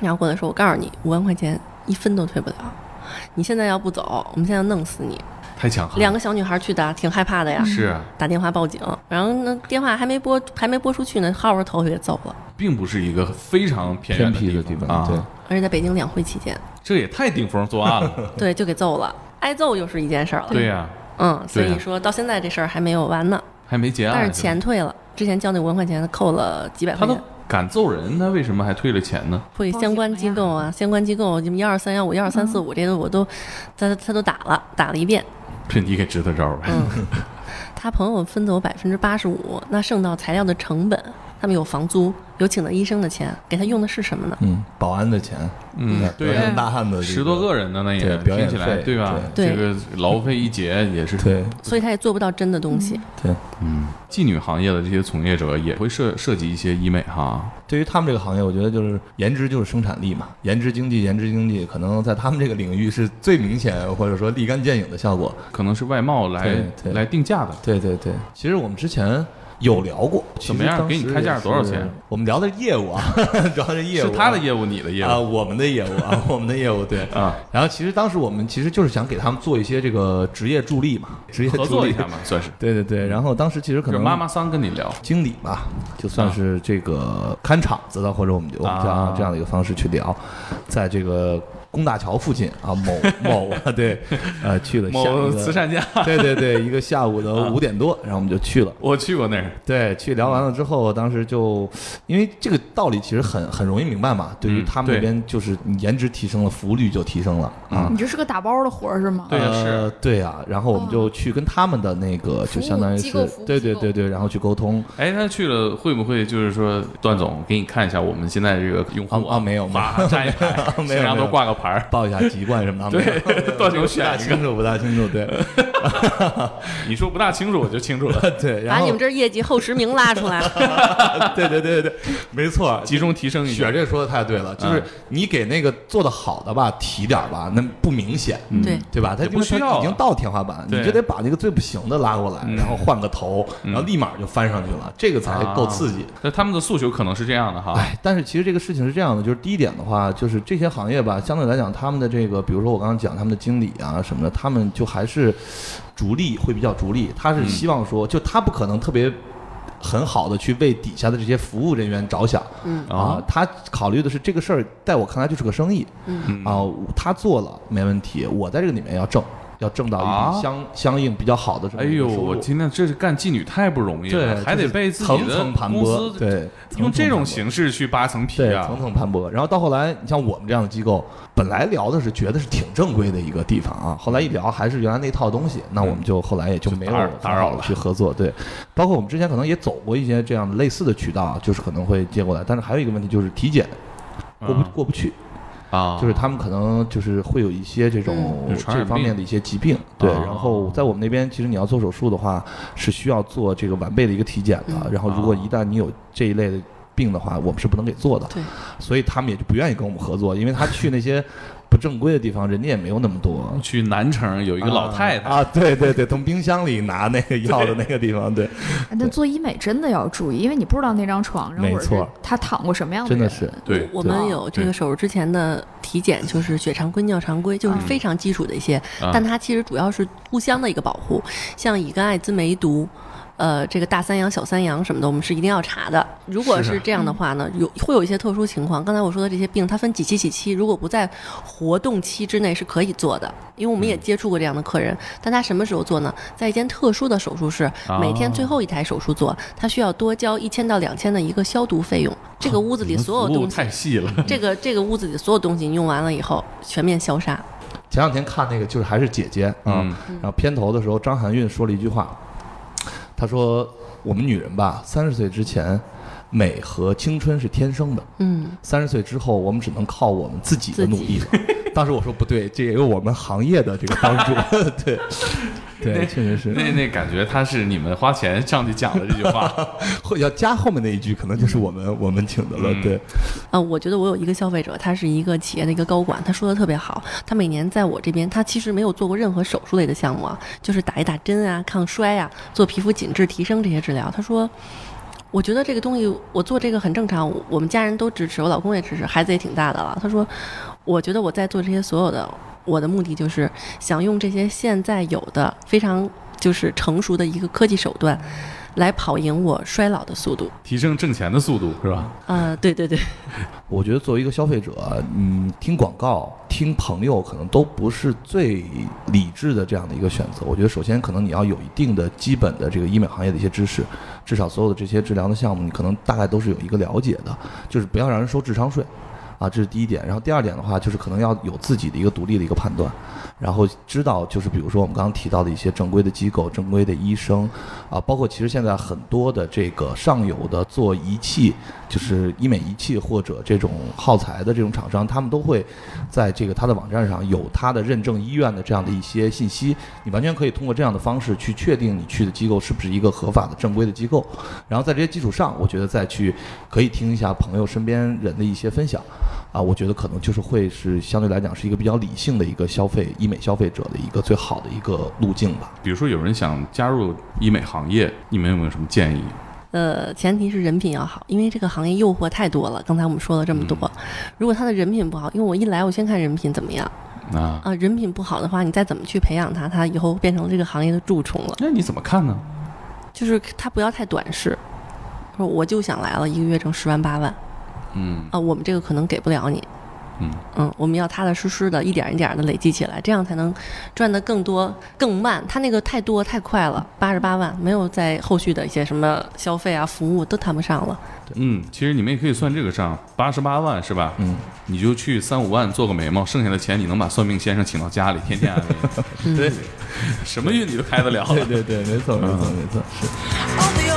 Speaker 2: 然后过来说：“我告诉你，五万块钱一分都退不了，你现在要不走，我们现在要弄死你。
Speaker 3: 太强悍了。
Speaker 2: 两个小女孩去的，挺害怕的呀，
Speaker 3: 是啊
Speaker 2: <laughs> 打电话报警，然后那电话还没拨还没拨出去呢，薅着头就给揍了，
Speaker 3: 并不是一个非常偏远
Speaker 6: 偏僻的
Speaker 3: 地
Speaker 6: 地
Speaker 3: 方
Speaker 6: 方，对
Speaker 3: 啊，，
Speaker 2: 而且在北京两会期
Speaker 3: <laughs>
Speaker 2: 间，
Speaker 3: 这也太顶风作案了。
Speaker 2: 对，就给揍了，挨揍又是一件事儿了。
Speaker 3: <laughs> 对呀，
Speaker 2: 嗯，所
Speaker 3: 对
Speaker 2: 以
Speaker 3: 呀
Speaker 2: 说到现在这事儿还没有完呢。
Speaker 3: 还没结案，
Speaker 2: 但是钱退了，之前交那五万块钱扣了几百
Speaker 3: 啊他
Speaker 2: 块
Speaker 3: 都
Speaker 2: 钱，
Speaker 3: 敢揍人，他为什么还退了钱呢？
Speaker 2: 会相关机构啊，相关机构什么幺二三幺五幺二三四五这个我都，他他都打了，打了一遍。
Speaker 6: <laughs>
Speaker 3: 这你给支的招儿呗。
Speaker 2: 嗯，他朋友分走百分之八十五，那剩到材料的成本，他们有房租，有请的医生的钱，给他用的是什么呢？
Speaker 6: 嗯，保安的钱，
Speaker 3: 嗯
Speaker 6: 表
Speaker 3: 对
Speaker 6: 扬大汉的这
Speaker 3: 十多个人呢，那也
Speaker 6: 啊对表
Speaker 3: 听
Speaker 6: 演
Speaker 3: 起来
Speaker 6: 费
Speaker 3: 对吧？
Speaker 2: 对
Speaker 3: 这个劳务费一结也是。
Speaker 6: 对
Speaker 2: 所以他也做不到真的东西。
Speaker 6: 对，
Speaker 3: 妓女行业的这些从业者也会涉涉及一些医美哈，
Speaker 6: 对于他们这个行业，我觉得就是颜值就是生产力嘛，颜值经济，颜值经济，可能在他们这个领域是最明显或者说立竿见影的效果。
Speaker 3: 可能是外贸来
Speaker 6: 对对
Speaker 3: 来定价的。
Speaker 6: 对对对，其实我们之前有聊过，其实
Speaker 3: 怎么样
Speaker 6: 当
Speaker 3: 给你
Speaker 6: 时
Speaker 3: 开价
Speaker 6: 也
Speaker 3: 多少
Speaker 6: 是
Speaker 3: 钱？
Speaker 6: 我们聊的是业务啊， <laughs> 主要是业务
Speaker 3: 是
Speaker 6: 啊，
Speaker 3: 他的业务，你的业
Speaker 6: 啊，
Speaker 3: 务，
Speaker 6: 我们的业务啊，我们的业务对
Speaker 3: 啊。
Speaker 6: 然后其实当时我们其实就是想给他们做一些这个职业助力嘛，职业
Speaker 3: 合
Speaker 6: 助
Speaker 3: 作
Speaker 6: 力
Speaker 3: 一下。嘛，算是。
Speaker 6: 对对对，然后当时其实可
Speaker 3: 就是
Speaker 6: 能
Speaker 3: 妈妈桑跟你聊，
Speaker 6: 经理吧，就算是这个看场子的，或者我们就我们这
Speaker 3: 啊
Speaker 6: 样这样的一个方式去聊，在这个工大桥附近
Speaker 3: <laughs>
Speaker 6: 啊某某 <laughs> 啊对，呃去了下
Speaker 3: 某
Speaker 6: 午
Speaker 3: 慈善啊家，
Speaker 6: <laughs> 对
Speaker 3: <laughs>
Speaker 6: 对对，一个下午的五点多，然后我们就去了。
Speaker 3: 我去过那儿，
Speaker 6: 对，去聊完了之后，当时就因为这个道理其实很很容易明白嘛。对于
Speaker 3: 嗯
Speaker 6: 他们
Speaker 3: 对
Speaker 6: 那边，就是你颜值提升了，服务率就提升了啊。
Speaker 3: 嗯
Speaker 4: 你这是个打包的活儿是吗？
Speaker 3: 对呀
Speaker 6: 呃，对呀、然后我们就去跟他们的那个，就相当于
Speaker 4: 嗯服务机构
Speaker 6: 是
Speaker 4: 服务
Speaker 6: 对
Speaker 4: 机
Speaker 6: 对
Speaker 4: 构
Speaker 6: 对对，然后去沟通。
Speaker 3: 哎，他去了会不会就是说，段总给你看一下我们现在这个用户
Speaker 6: 啊啊没有没有，
Speaker 3: 哇站一排
Speaker 6: 没
Speaker 3: 身
Speaker 6: 有
Speaker 3: 上
Speaker 6: 没有
Speaker 3: 都挂个牌儿，
Speaker 6: <laughs> 报一下籍贯什么的，啊 <laughs>
Speaker 3: 对段总
Speaker 6: 不大
Speaker 3: 选一个
Speaker 6: 清，楚，不大清楚，
Speaker 3: <laughs>
Speaker 6: 对
Speaker 3: 你说不大清楚我就清楚了，
Speaker 6: 对，然
Speaker 2: 把
Speaker 6: 后啊
Speaker 2: 你们这儿业绩后十名拉出来，
Speaker 6: 对对对对，对没错，
Speaker 3: 集中提升一
Speaker 6: 雪
Speaker 3: 下。
Speaker 6: 这说的太对了，就是
Speaker 3: 嗯
Speaker 6: 你给那个做的好的吧提点儿吧，那不明显，
Speaker 3: 嗯
Speaker 2: 对，
Speaker 6: 对吧？他
Speaker 3: 也
Speaker 6: 因
Speaker 3: 不
Speaker 6: 为他
Speaker 3: 需要
Speaker 6: 已经
Speaker 3: 啊
Speaker 6: 到天花板，你
Speaker 3: 对
Speaker 6: 就得把那个最不行的拉过来，
Speaker 3: 嗯
Speaker 6: 然后换个头，然后立马就翻上去了，这个才
Speaker 3: 啊
Speaker 6: 够刺激。
Speaker 3: 那他们的诉求可能是这样的哈，
Speaker 6: 哎，但是其实这个事情是这样的，就是第一点的话，就是这些行业吧，相对来讲，他们的这个，比如说我刚刚讲他们的经理啊什么的，他们就还是逐利会比较逐利，他
Speaker 3: 嗯
Speaker 6: 是希望说，就他不可能特别。很好的去为底下的这些服务人员着想，
Speaker 2: 嗯
Speaker 3: 哦
Speaker 6: 啊，他考虑的是这个事儿，在我看来就是个生意，
Speaker 3: 嗯
Speaker 6: 啊，他做了没问题，我在这个里面要挣，要挣到一笔
Speaker 3: 啊
Speaker 6: 相、相应比较好的这么
Speaker 3: 哎
Speaker 6: 一个
Speaker 3: 呦，
Speaker 6: 收入
Speaker 3: 我今天这是干妓女太不容易
Speaker 6: 对
Speaker 3: 了，还
Speaker 6: 就
Speaker 3: 得
Speaker 6: 是
Speaker 3: 被自己
Speaker 6: 层
Speaker 3: 的
Speaker 6: 层盘
Speaker 3: 公
Speaker 6: 剥，
Speaker 3: 司
Speaker 6: 对，
Speaker 3: 用这种
Speaker 6: 形。
Speaker 3: 形式去扒层皮
Speaker 6: 对，
Speaker 3: 啊
Speaker 6: 层，层盘剥。然后到后来，你像我们这样的机构，本来聊的是觉得是挺正规的一个地方
Speaker 3: 嗯
Speaker 6: 啊，后来一聊还是原来那套东西，那我们就后来也就没有
Speaker 3: 打扰打扰了
Speaker 6: 去合作。对，包括我们之前可能也走过一些这样的类似的渠道啊，就是可能会接过来，但是还有一个问题就是体检过不
Speaker 3: 嗯
Speaker 6: 过不去，
Speaker 3: 啊，
Speaker 6: 就是他们可能就是会有一些这种
Speaker 3: 嗯有传
Speaker 6: 这
Speaker 3: 染
Speaker 6: 方面
Speaker 3: 病
Speaker 6: 的一些疾病，对。
Speaker 3: 啊
Speaker 6: 然后在我们那边，其实你要做手术的话，是需要做这个完备的一个体检的。然后如果
Speaker 3: 啊
Speaker 6: 一旦你有这一类的病的话，我们是不能给做的。
Speaker 2: 对，
Speaker 6: 所以他们也就不愿意跟我们合作，因为他去那些不正规的地方，人家也没有那么多。
Speaker 3: 去南城有一个老太太，
Speaker 6: 啊，对对对，从冰箱里拿那个药的那个地 <laughs> 方，对，
Speaker 4: 哎那做医美真的要注意，因为你不知道那张床上
Speaker 6: 没
Speaker 4: 或者
Speaker 6: 错
Speaker 4: 是他躺过什么样
Speaker 6: 真
Speaker 4: 人
Speaker 6: 的是。
Speaker 3: 对，
Speaker 2: 我们有这个手术之前的体检，就是血常规、尿常规，就是非常基础的一些，
Speaker 3: 嗯啊
Speaker 2: 但它其实主要是互相的一个保护，像乙肝、艾滋、梅毒。呃，这个大三阳、小三阳什么的，我们是一定要查的。如果是这样的话呢，有会有一些特殊情况。刚才我说的这些病，它分几期几期，如果不在活动期之内是可以做的，因为我
Speaker 3: 嗯
Speaker 2: 们也接触过这样的客人。但他什么时候做呢？在一间特殊的手术室，
Speaker 3: 啊
Speaker 2: 每天最后一台手术做，他需要多交一千到两千的一个消毒费用。这个屋子里所有
Speaker 3: 服务
Speaker 2: 东西
Speaker 3: 太细了，
Speaker 2: 这个这个屋子里的所有东西你用完了以后，全面消杀。
Speaker 6: 前两天看那个就是还是姐姐啊，
Speaker 3: 嗯
Speaker 6: 然后片头的时候，张含韵说了一句话，她说：“我们女人吧，三十岁之前，美和青春是天生的；
Speaker 2: 嗯，
Speaker 6: 三十岁之后，我们只能靠我们自己
Speaker 2: 自
Speaker 6: 的
Speaker 2: 己
Speaker 6: 努
Speaker 3: <laughs>
Speaker 6: 力了。”当时我说不对，这也有我们行业的这个帮
Speaker 3: <laughs>
Speaker 6: 助。对，对，确实是
Speaker 3: 那那感觉他是你们花钱上去讲的这句
Speaker 6: <laughs>
Speaker 3: 话，
Speaker 6: 会要加后面那一句，可能就是我们我们请的了。
Speaker 3: 嗯
Speaker 6: 对，
Speaker 2: 呃，我觉得我有一个消费者，他是一个企业的一个高管，他说的特别好。他每年在我这边，他其实没有做过任何手术类的项目啊，就是打一打针啊、抗衰啊、做皮肤紧致提升这些治疗。他说。我觉得这个东西，我做这个很正常，我我们家人都支持，我老公也支持，孩子也挺大的了。他说，我觉得我在做这些所有的，我的目的就是想用这些现在有的非常就是成熟的一个科技手段，来跑赢我衰老的速度。
Speaker 3: 提升挣钱的速度是吧？
Speaker 2: 呃，对对对，
Speaker 6: 我觉得作为一个消费者，嗯，听广告、听朋友可能都不是最理智的这样的一个选择。我觉得首先可能你要有一定的基本的这个医美行业的一些知识，至少所有的这些治疗的项目，你可能大概都是有一个了解的，就是不要让人收智商税。啊，这是第一点。然后第二点的话，就是可能要有自己的一个独立的一个判断，然后知道就是比如说我们刚刚提到的一些正规的机构、正规的医生，啊，包括其实现在很多的这个上游的做仪器，就是医美仪器或者这种耗材的这种厂商，他们都会在这个他的网站上有他的认证医院的这样的一些信息，你完全可以通过这样的方式去确定你去的机构是不是一个合法的正规的机构，然后在这些基础上，我觉得再去可以听一下朋友身边人的一些分享，啊，我觉得可能就是会是相对来讲是一个比较理性的一个消费医美消费者的一个最好的一个路径吧。
Speaker 3: 比如说有人想加入医美行业，你们有没有什么建议？
Speaker 2: 呃，前提是人品要好，因为这个行业诱惑太多了。刚才我们说了这么多，
Speaker 3: 嗯
Speaker 2: 如果他的人品不好，因为我一来我先看人品怎么样
Speaker 3: 啊，
Speaker 2: 啊，人品不好的话，你再怎么去培养他，他以后变成这个行业的蛀虫了。
Speaker 3: 那你怎么看呢？
Speaker 2: 就是他不要太短视，说我就想来了，一个月挣十万八万
Speaker 3: 嗯
Speaker 2: 啊，我们这个可能给不了你。
Speaker 3: 嗯
Speaker 2: 我们要踏踏实实的，一点一点的累积起来，这样才能赚的更多、更慢。他那个太多太快了，八十八万没有在后续的一些什么消费啊、服务都谈不上了。
Speaker 3: 嗯，其实你们也可以算这个账，八十八万是吧？
Speaker 6: 嗯，
Speaker 3: 你就去三五万做个眉毛，剩下的钱你能把算命先生请到家里，天天安慰 <laughs> 你，对，什么运你都开得了。
Speaker 6: 对对对，没错没错没错，是。
Speaker 8: On the